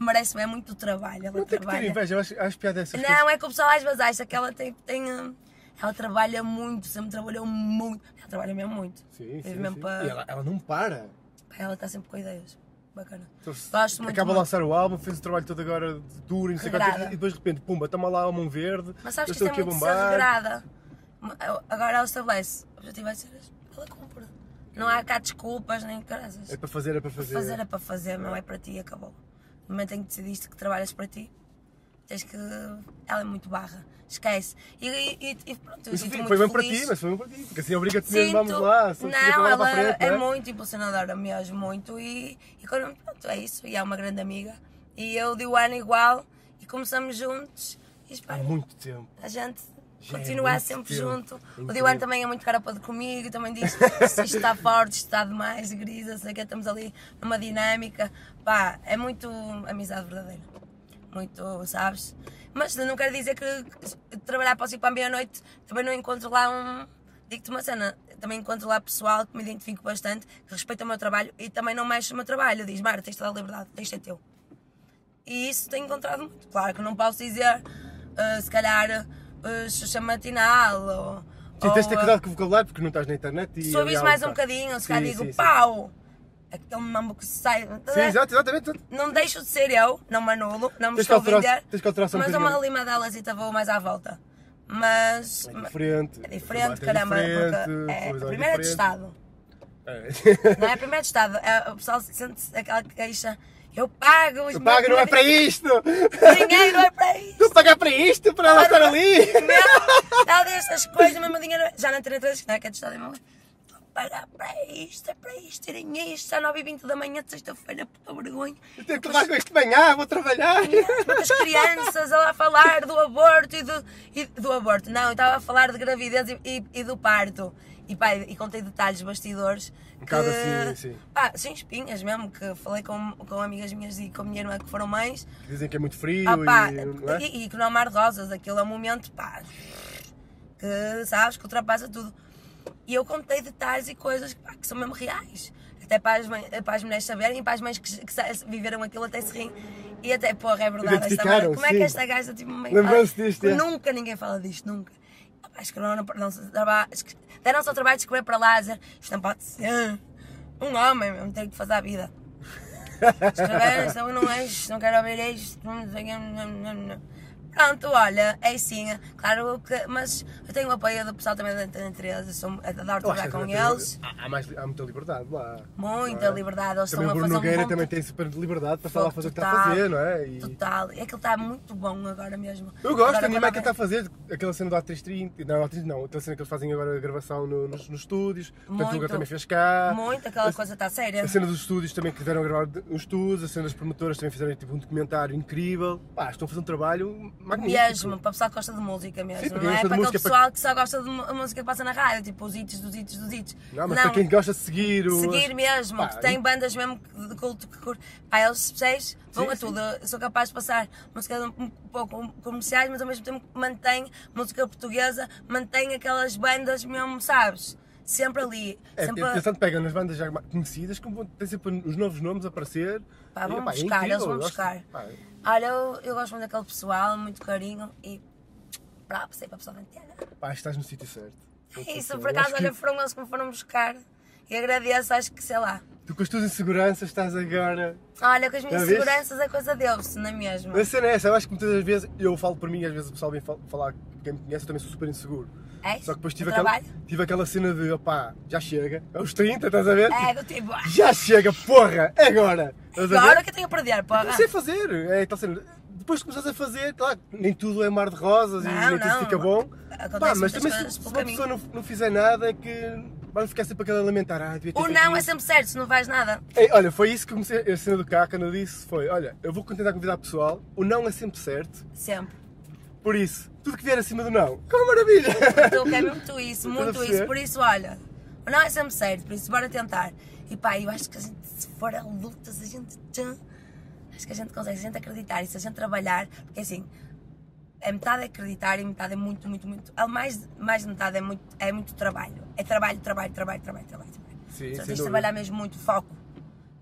Speaker 2: merece é muito trabalho. Ela
Speaker 1: não tem que ter
Speaker 2: trabalha.
Speaker 1: inveja, eu acho, acho piada essas coisas.
Speaker 2: não, é que o pessoal às vezes acha que ela tem. tem hum, ela trabalha muito, sempre trabalhou muito. Ela trabalha mesmo muito.
Speaker 1: Sim,
Speaker 2: Teve
Speaker 1: sim,
Speaker 2: mesmo
Speaker 1: sim.
Speaker 2: para-
Speaker 1: E ela, ela não para.
Speaker 2: Pá, Ela está sempre com ideias. Bacana.
Speaker 1: Então,
Speaker 2: Gosto muito.
Speaker 1: Acaba de
Speaker 2: muito.
Speaker 1: lançar o álbum, fez o trabalho todo agora de duro e não sei quantas,
Speaker 2: Regrada.
Speaker 1: e depois de repente, pumba, toma lá a mão verde.
Speaker 2: Mas sabes
Speaker 1: eu
Speaker 2: que isto
Speaker 1: estou
Speaker 2: é
Speaker 1: aqui a
Speaker 2: muito
Speaker 1: bombar.
Speaker 2: desregrada. Agora ela estabelece. O objetivo é ser. Ela cumpre. Não há cá desculpas nem caraças.
Speaker 1: É para fazer, é para fazer.
Speaker 2: Fazer é para fazer, não é para ti e acabou. No momento em que decidiste que trabalhas para ti, tens que. Ela é muito barra. Esquece. E, e- e pronto, eu
Speaker 1: Isso
Speaker 2: sinto
Speaker 1: foi,
Speaker 2: muito
Speaker 1: foi bem para
Speaker 2: feliz.
Speaker 1: ti, mas foi bem para ti, porque assim obriga-te mesmo,
Speaker 2: Sinto...
Speaker 1: vamos lá. se quiser
Speaker 2: não,
Speaker 1: para lá,
Speaker 2: ela
Speaker 1: para a frente, né?
Speaker 2: é
Speaker 1: não
Speaker 2: muito impulsionadora mesmo, muito. E, e quando, pronto, é isso. E é uma grande amiga. E eu de ano igual. E começamos juntos.
Speaker 1: Há
Speaker 2: E espero
Speaker 1: Ah, muito tempo.
Speaker 2: a gente
Speaker 1: Já é
Speaker 2: continuar
Speaker 1: muito
Speaker 2: sempre
Speaker 1: tempo.
Speaker 2: junto. O
Speaker 1: Incrível.
Speaker 2: Diwan também é muito carapado comigo, também diz se isto está forte, isto está demais, grisa, sei que estamos ali numa dinâmica. Pá, é muito amizade verdadeira. Muito, sabes? Mas não quero dizer que que trabalhar para o 5 para a meia-noite também não encontro lá um. Digo-te uma cena, também encontro lá pessoal que me identifico bastante, que respeita o meu trabalho e também não mexe no meu trabalho. Diz, Mara, tens toda a liberdade, deixa teu. E isso tenho encontrado muito. Claro que não posso dizer ah, se calhar, ah, Xuxa Matinal ou.
Speaker 1: Sim, tens de ter
Speaker 2: ou,
Speaker 1: cuidado com o vocabulário porque não estás na internet e.
Speaker 2: Subis
Speaker 1: e há
Speaker 2: mais
Speaker 1: algo
Speaker 2: um
Speaker 1: que está-
Speaker 2: bocadinho, se calhar
Speaker 1: Sim,
Speaker 2: digo é
Speaker 1: sim, sim.
Speaker 2: pau! Aquele mambo que sai. tá
Speaker 1: Sim, exato, exatamente.
Speaker 2: Não deixo de ser eu, não me anulo, não
Speaker 1: Tens
Speaker 2: me
Speaker 1: que
Speaker 2: estou a
Speaker 1: alterar-
Speaker 2: vender.
Speaker 1: tens que alterar só um
Speaker 2: mas
Speaker 1: bocadinho.
Speaker 2: uma lima delas e vou mais à volta. Mas.
Speaker 1: É diferente.
Speaker 2: É
Speaker 1: o
Speaker 2: diferente,
Speaker 1: formato é
Speaker 2: caramba.
Speaker 1: diferente,
Speaker 2: porque é,
Speaker 1: televisão
Speaker 2: primeiro é
Speaker 1: diferente.
Speaker 2: de Estado.
Speaker 1: É.
Speaker 2: Não é primeiro de Estado. É, o pessoal sente aquela queixa. Eu pago os
Speaker 1: Tu paga, não é para isto!
Speaker 2: Dinheiro é para isso.
Speaker 1: Tu pagar para isto, para ela estar ali!
Speaker 2: Meu, ela diz estas coisas, mas o meu dinheiro. Já não tenho três, não é que é de Estado, irmão. Vou pagar para isto, é para isto, tirem isto, já 9 e 20 da manhã, de sexta-feira, puta vergonha.
Speaker 1: Eu tenho que levar com isto de manhã, vou trabalhar!
Speaker 2: Muitas crianças a lá falar do aborto e do. e do aborto, não, eu estava a falar de gravidez e, e- e do parto. E pá, e contei detalhes bastidores. Um
Speaker 1: bocado assim, sim.
Speaker 2: Pá, sem espinhas mesmo, que falei com, com amigas minhas e com a minha irmã que foram mães.
Speaker 1: Dizem que é muito frio
Speaker 2: Ah, pá,
Speaker 1: e. Não é?
Speaker 2: e, e que não há mar de rosas, aquilo é um momento, pá, que sabes, que ultrapassa tudo. E eu contei detalhes e coisas pá, que são mesmo reais. Até para as, mãe- para as mulheres saberem e para as mães que, que sa- viveram aquilo até se riem. E até, porra, é verdade. Esta
Speaker 1: Identificaram,
Speaker 2: mulher, como é que
Speaker 1: sim.
Speaker 2: esta gaja tipo, meio
Speaker 1: Lembrou-se
Speaker 2: fala-
Speaker 1: disto,
Speaker 2: que
Speaker 1: é.
Speaker 2: Nunca ninguém fala disto, nunca. Ah, pá, escreveram, não, se traba- esque- deram-se ao trabalho de escrever para Lázaro. Isto não pode ser. Um homem mesmo tem que fazer a vida. Escreveram, são não és, não quero ouvir isto. não sei o quê, não, não, não. Pronto, olha, é sim, claro que. Mas eu tenho o apoio do pessoal também da Antena 13, eu sou a dar
Speaker 1: Eu acho que
Speaker 2: trabalho com
Speaker 1: também tem-
Speaker 2: eles.
Speaker 1: Há, há mais, há muita liberdade lá.
Speaker 2: Muita
Speaker 1: não é?
Speaker 2: liberdade, eles
Speaker 1: Também o
Speaker 2: estão a
Speaker 1: Bruno
Speaker 2: fazer um
Speaker 1: Nogueira
Speaker 2: bom
Speaker 1: também
Speaker 2: tra-
Speaker 1: tem super liberdade para falar, fazer o que está a
Speaker 2: Total,
Speaker 1: fazer, não é? E-
Speaker 2: Total, é que ele está muito bom agora mesmo.
Speaker 1: Eu gosto,
Speaker 2: Agora,
Speaker 1: a minha
Speaker 2: quando
Speaker 1: mãe que tá está
Speaker 2: alguém-
Speaker 1: a fazer aquela cena do Atriz 30, não, Atriz não, aquela cena que eles fazem agora a gravação no- nos, nos estúdios, portanto o Tuga
Speaker 2: Muito.
Speaker 1: também fez cá.
Speaker 2: Muito, aquela coisa está séria.
Speaker 1: A cena dos estúdios também que tiveram a gravar de- os estúdios, a cena das promotoras também fizeram tipo um documentário incrível. Pá, estão a fazer um trabalho magnífico.
Speaker 2: Mesmo, para o pessoal que gosta de música mesmo,
Speaker 1: Sim, para quem
Speaker 2: não é?
Speaker 1: gosta de
Speaker 2: Para aquele
Speaker 1: música, para-
Speaker 2: pessoal que só gosta de mu- música que passa na rádio, tipo os hits dos hits dos hits.
Speaker 1: Não, mas para quem gosta de seguir o.
Speaker 2: seguir mesmo,
Speaker 1: Pá,
Speaker 2: que tem bandas mesmo de culto que curto. Pá, eles vocês vão
Speaker 1: Sim,
Speaker 2: a tudo. Eu sou capaz de passar música um pouco comerciais, mas ao mesmo tempo mantém música portuguesa, mantém aquelas bandas mesmo, sabes? Sempre ali.
Speaker 1: É,
Speaker 2: sempre...
Speaker 1: é, tanto pegam nas bandas já conhecidas como tem sempre os novos nomes a aparecer.
Speaker 2: Pá,
Speaker 1: E,
Speaker 2: vão
Speaker 1: pá, é
Speaker 2: buscar,
Speaker 1: incrível,
Speaker 2: eles vão
Speaker 1: eu gosto.
Speaker 2: buscar.
Speaker 1: Pá, é-
Speaker 2: Olha, eu, eu gosto muito daquele pessoal, muito carinho e. Pá, passei para a pessoa da antena.
Speaker 1: pá, estás no sítio certo.
Speaker 2: É isso,
Speaker 1: Eu
Speaker 2: por
Speaker 1: acho
Speaker 2: acaso,
Speaker 1: que
Speaker 2: olha, foram eles que me foram buscar e agradeço, acho que sei lá.
Speaker 1: Tu com as tuas inseguranças estás agora.
Speaker 2: Olha, com as minhas
Speaker 1: Já viste?
Speaker 2: seguranças a coisa deu-se, não é mesmo?
Speaker 1: A cena é essa, eu acho que muitas das vezes, eu falo por mim, às vezes o pessoal vem fal- falar, quem me conhece, eu também sou super inseguro.
Speaker 2: É?
Speaker 1: Só que depois
Speaker 2: Do
Speaker 1: tive aquela,
Speaker 2: trabalho?
Speaker 1: tive aquela cena de, opá, já chega, aos 30, estás a ver?
Speaker 2: É, do tipo. "Ah,
Speaker 1: Já chega, porra, é agora! Estás a
Speaker 2: Agora o
Speaker 1: ver?
Speaker 2: que eu tenho a perder, porra.
Speaker 1: Não sei fazer, é tal cena. Depois que começas a fazer, claro, nem tudo é mar de rosas e
Speaker 2: Não,
Speaker 1: nem tudo
Speaker 2: não.
Speaker 1: fica bom.
Speaker 2: Acontece
Speaker 1: Pá, mas
Speaker 2: muitas
Speaker 1: também se,
Speaker 2: coisas
Speaker 1: se
Speaker 2: pelo
Speaker 1: uma
Speaker 2: caminho.
Speaker 1: pessoa não, não fizer nada, é que vai ficar sempre aquela a lamentar, ah, devia ter
Speaker 2: O
Speaker 1: feito
Speaker 2: não é
Speaker 1: isto.
Speaker 2: sempre certo, se não vais nada.
Speaker 1: Ei, olha, foi isso que comecei a cena do cá, quando eu disse, foi, olha, eu vou tentar convidar pessoal, o não é sempre certo,
Speaker 2: Sempre.
Speaker 1: Por isso, tudo que vier acima do não, que é uma maravilha!
Speaker 2: Então, é muito isso,
Speaker 1: Então,
Speaker 2: muito
Speaker 1: deve
Speaker 2: isso.
Speaker 1: ser.
Speaker 2: Por isso, olha, o não é sempre certo, por isso, bora tentar. E pá, eu acho que a gente, se for a luta, se a gente. tchan, Acho que a gente consegue, se a gente acreditar e se a gente trabalhar, porque assim, a metade é acreditar e metade é muito, muito, muito. A mais, mais de metade é muito, é muito trabalho. É trabalho, trabalho, trabalho, trabalho, trabalho. trabalho.
Speaker 1: Sim,
Speaker 2: Só
Speaker 1: sem
Speaker 2: tens de
Speaker 1: dúvida.
Speaker 2: trabalhar mesmo muito, foco.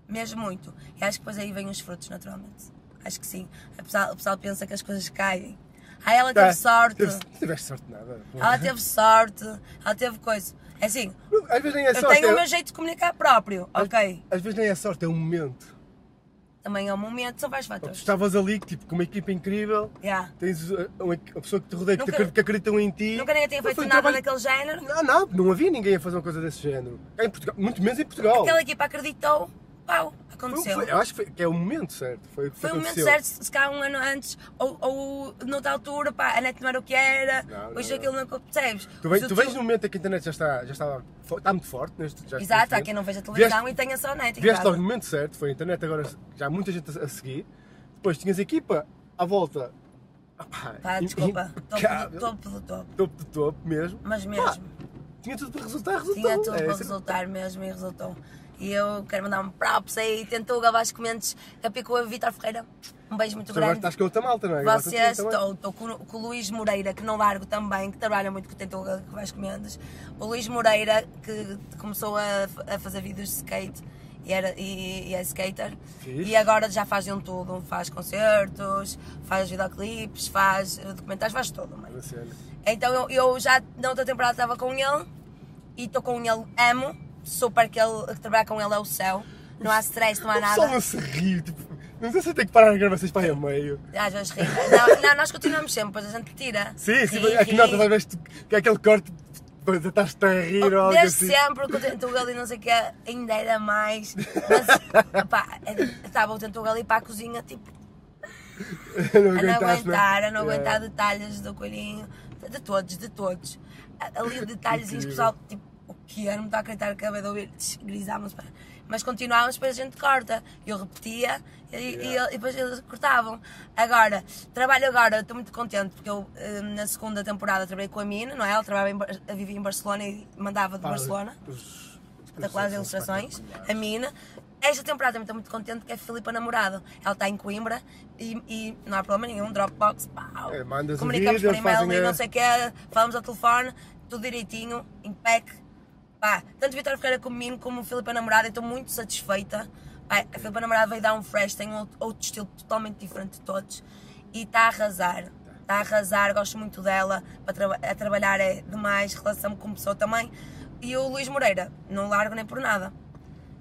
Speaker 2: Mesmo muito. E acho que depois aí vêm os frutos, naturalmente. Acho que sim. O pessoal, o pessoal pensa que as coisas caem. Ah, ela teve
Speaker 1: Tá,
Speaker 2: sorte. Ah.
Speaker 1: teve- Não tiveste sorte de nada.
Speaker 2: Ela teve sorte, ela teve coisa. É assim,
Speaker 1: Não, Às vezes nem é
Speaker 2: eu
Speaker 1: sorte.
Speaker 2: tenho
Speaker 1: é-
Speaker 2: o meu jeito de comunicar próprio, ok?
Speaker 1: Às vezes nem é sorte, é um momento.
Speaker 2: Também é um momento, são vários
Speaker 1: Tu
Speaker 2: fatores.
Speaker 1: estavas ali, tipo, com uma equipa incrível,
Speaker 2: Yeah.
Speaker 1: tens uh, uma, uma pessoa que te rodeia, que, te
Speaker 2: Nunca-
Speaker 1: acredita- que acreditam em ti.
Speaker 2: Nunca ninguém tinha
Speaker 1: Não
Speaker 2: feito
Speaker 1: foi um
Speaker 2: nada
Speaker 1: trabalho-
Speaker 2: daquele género.
Speaker 1: Não, não, não havia ninguém a fazer uma coisa desse género. Cá Em Portugal, muito menos em Portugal.
Speaker 2: Aquela equipa acreditou, pau,
Speaker 1: Foi- um
Speaker 2: aconteceu.
Speaker 1: foi- eu acho que, foi- que é o momento certo. Foi, o que
Speaker 2: Foi o momento
Speaker 1: aconteceu.
Speaker 2: certo, se calhar um ano antes, ou, ou noutra altura, pá, a net não era o que era,
Speaker 1: Não, não,
Speaker 2: hoje
Speaker 1: não.
Speaker 2: aquilo não percebes.
Speaker 1: Tu,
Speaker 2: Mas
Speaker 1: ve-
Speaker 2: o
Speaker 1: tu vês no momento em que a internet já está, já está, fo- está muito forte. Neste, já neste
Speaker 2: Exato, há
Speaker 1: momento.
Speaker 2: quem não veja televisão
Speaker 1: Vieste-
Speaker 2: e tenha só net em
Speaker 1: Vieste
Speaker 2: casa.
Speaker 1: logo no momento certo, foi a internet, agora já há muita gente a, a seguir. Depois tinhas a equipa à volta. Ah, pá,
Speaker 2: Pá,
Speaker 1: im-
Speaker 2: desculpa, topo do
Speaker 1: impecável.
Speaker 2: topo do topo.
Speaker 1: Topo de topo mesmo.
Speaker 2: Mas
Speaker 1: Pá,
Speaker 2: mesmo.
Speaker 1: tinha tudo para resultar, resultou.
Speaker 2: Tinha tudo
Speaker 1: É,
Speaker 2: para
Speaker 1: isso-
Speaker 2: resultar mesmo e resultou. E eu quero mandar um props aí, tentou Gabás Comentes, a Pico a Vitor Ferreira. Um beijo muito
Speaker 1: Tu agora
Speaker 2: grande.
Speaker 1: estás com outra malta, não é? Agora
Speaker 2: Vocês,
Speaker 1: estás com
Speaker 2: estou, estou com, com o Luís Moreira, que não largo também, que trabalha muito com o Tentou Gabás Comentes. O Luís Moreira, que começou a, a fazer vídeos de skate e, era, e, e é skater.
Speaker 1: Fixe.
Speaker 2: E agora já faz de um tudo, faz concertos, faz videoclipes, faz eh, documentários, faz tudo, mano.
Speaker 1: Boa cena.
Speaker 2: Então eu, eu já na outra temporada estava com ele e estou com ele, amo, super que ele que trabalhar com ele é o céu. Não há stress, não há
Speaker 1: O pessoal
Speaker 2: nada.
Speaker 1: não se ri, tipo, não sei se eu tenho que parar a gravações para aí a meio.
Speaker 2: Às vezes ri. Não, não, nós continuamos sempre, depois a gente tira.
Speaker 1: Sim, é sim,
Speaker 2: Ri,
Speaker 1: aqui
Speaker 2: ri.
Speaker 1: não, estás a ver isto, que é aquele corte, depois estás-te a rir ou algo
Speaker 2: Desde
Speaker 1: assim.
Speaker 2: sempre que o Tentugal e não sei o que ainda era mais. Mas, opá, estava o Tentugal ir para a cozinha, tipo,
Speaker 1: não aguentaste,
Speaker 2: a não
Speaker 1: não é?
Speaker 2: aguentar, a
Speaker 1: Yeah.
Speaker 2: não aguentar detalhes do coelhinho, de todos, de todos. A- Ali detalhezinhos que o pessoal, tipo, o que é? Não me está a acreditar, acabei de ouvir, Tch, grisámos, pá. mas continuávamos, depois a gente corta. Eu repetia e, e ele- e depois eles cortavam. Agora, trabalho agora, estou muito contente porque eu eh, na segunda temporada trabalhei com a Mina, não é? Ela trabalhava em, Bar- vivia em Barcelona e mandava de
Speaker 1: Pá,
Speaker 2: Barcelona
Speaker 1: os-
Speaker 2: espetaculares
Speaker 1: são
Speaker 2: ilustrações, a
Speaker 1: espetaculares.
Speaker 2: mina. Esta temporada também estou muito contente que é a Filipa Namorado. Ela está em Coimbra e, e não há problema nenhum, Dropbox, pau.
Speaker 1: É, mandas o
Speaker 2: Comunicamos
Speaker 1: vídeo,
Speaker 2: por e-mail
Speaker 1: fazem
Speaker 2: e
Speaker 1: a-
Speaker 2: não sei o que, é, falamos ao telefone, tudo direitinho, em pack. Pá, tanto Vitória Ferreira como Mino como Filipa Namorado, eu estou muito satisfeita. Pá, a Filipa Namorado veio dar um fresh, tem um outro, outro estilo totalmente diferente de todos e está a arrasar. Está a arrasar, gosto muito dela, para traba- a trabalhar é demais, relação com pessoa também. E o Luís Moreira, não largo nem por nada.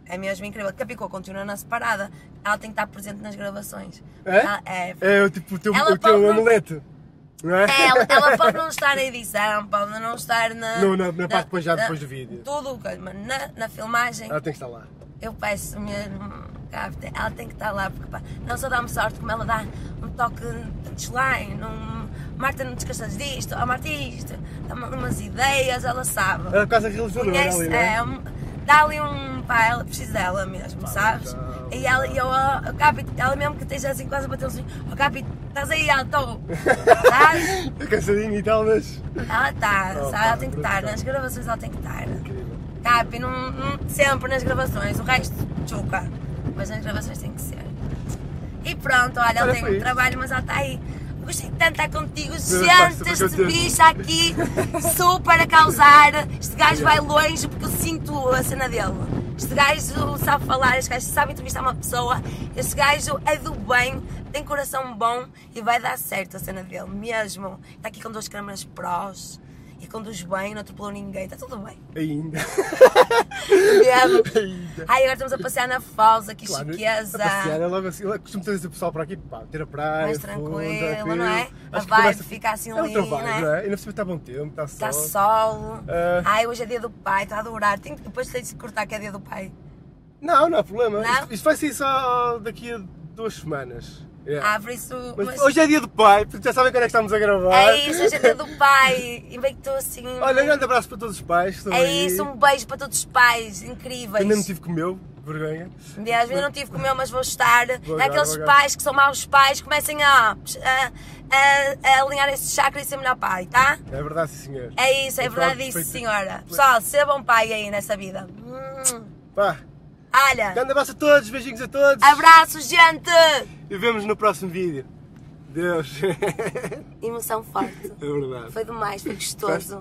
Speaker 2: É mesmo incrível. Capicô continua na separada, ela tem que estar presente nas gravações.
Speaker 1: É?
Speaker 2: Ela- é,
Speaker 1: É o tipo o teu,
Speaker 2: Ela
Speaker 1: o teu
Speaker 2: pode-
Speaker 1: amuleto, não é?
Speaker 2: é, ela, ela pode não estar na edição, pode não estar na.
Speaker 1: Não, na- na parte depois, já depois do vídeo. Ah.
Speaker 2: Tudo, mas na, na filmagem,
Speaker 1: Ela tem que estar lá.
Speaker 2: eu peço mesmo. capta, Ela tem que estar lá, porque pá, não só dá-me sorte, como ela dá um toque de touchline, um. Marta, não te esqueças disto, oh, Marta, isto, dá-me umas ideias, ela sabe.
Speaker 1: Ela é quase a realizadora
Speaker 2: Conhece-
Speaker 1: ali, não é?
Speaker 2: é, um- dá ali um. pá, ela precisa dela mesmo, sabes?
Speaker 1: legal,
Speaker 2: E ela, e eu, ó, ó, Capi, ela mesmo que esteja assim quase a bater um sonho, oh, Capi, estás aí, ela estou. Sabes?
Speaker 1: É. Cansadinho e tal, mas.
Speaker 2: Ela está,
Speaker 1: Oh,
Speaker 2: sabe? Ela
Speaker 1: pá,
Speaker 2: tem que
Speaker 1: brutal.
Speaker 2: estar, nas gravações ela tem que tá, né? estar.
Speaker 1: Incrível.
Speaker 2: Capi, não, não- sempre nas gravações, o resto, chuca. Mas nas gravações tem que ser. E pronto, olha,
Speaker 1: Olha,
Speaker 2: ela tem
Speaker 1: foi
Speaker 2: um
Speaker 1: isso.
Speaker 2: trabalho, mas ela está aí. Gostei tanto de estar contigo,
Speaker 1: pá,
Speaker 2: gente,
Speaker 1: super
Speaker 2: este
Speaker 1: contente.
Speaker 2: bicho aqui, super a causar. Este gajo vai longe porque eu sinto a cena dele. Este gajo sabe falar, este gajo sabe entrevistar uma pessoa. Este gajo é do bem, tem coração bom e vai dar certo a cena dele, mesmo. Está aqui com duas câmeras prós e conduz bem, não atropelou ninguém, está tudo bem.
Speaker 1: Ainda.
Speaker 2: Mesmo.
Speaker 1: Ainda.
Speaker 2: Ai, agora estamos a passear na Fosa, que
Speaker 1: Claro,
Speaker 2: chiqueza.
Speaker 1: a passear é logo assim. Eu costumo trazer o pessoal para aqui, pá, ter a praia.
Speaker 2: Mais
Speaker 1: fundo,
Speaker 2: tranquilo,
Speaker 1: tranquilo.
Speaker 2: não é?
Speaker 1: Acho
Speaker 2: A
Speaker 1: que
Speaker 2: vibe
Speaker 1: conversa-
Speaker 2: fica assim
Speaker 1: é
Speaker 2: linda,
Speaker 1: outra vibe,
Speaker 2: não é?
Speaker 1: não é? E não precisa estar bom tempo, está sol.
Speaker 2: Está Tá sol.
Speaker 1: Ah.
Speaker 2: Ai, hoje é dia do pai, está a adorar. Tenho que depois ter de cortar que é dia do pai.
Speaker 1: Não, não há problema.
Speaker 2: Não?
Speaker 1: Isto, isto vai ser só daqui a duas semanas. Yeah.
Speaker 2: Ah, por isso.
Speaker 1: mas,
Speaker 2: mas-
Speaker 1: hoje é dia do pai, portanto já sabem quando é que estamos a gravar.
Speaker 2: É isso, hoje é dia do pai. E bem que estou assim.
Speaker 1: Olha, um grande abraço para todos os pais. que estão
Speaker 2: é
Speaker 1: aí.
Speaker 2: isso, um beijo para todos os pais, incríveis.
Speaker 1: Ainda não tive com o meu, vergonha.
Speaker 2: Aliás, eu não tive com o meu, mas vou estar.
Speaker 1: Vou agora,
Speaker 2: é aqueles
Speaker 1: vou agora.
Speaker 2: pais que são maus pais, comecem a, a, a, a alinhar esse chakra e ser melhor pai, tá?
Speaker 1: É verdade, sim, senhor.
Speaker 2: É isso, é
Speaker 1: Concordo
Speaker 2: verdade isso,
Speaker 1: perfeitamente.
Speaker 2: senhora. Pessoal, ser bom pai aí nessa vida. Hum.
Speaker 1: Pá,
Speaker 2: Olha,
Speaker 1: grande abraço a todos, beijinhos a todos.
Speaker 2: abraços, gente!
Speaker 1: E vemos no próximo vídeo. Deus. é
Speaker 2: Emoção forte.
Speaker 1: verdade.
Speaker 2: Foi demais, foi gostoso.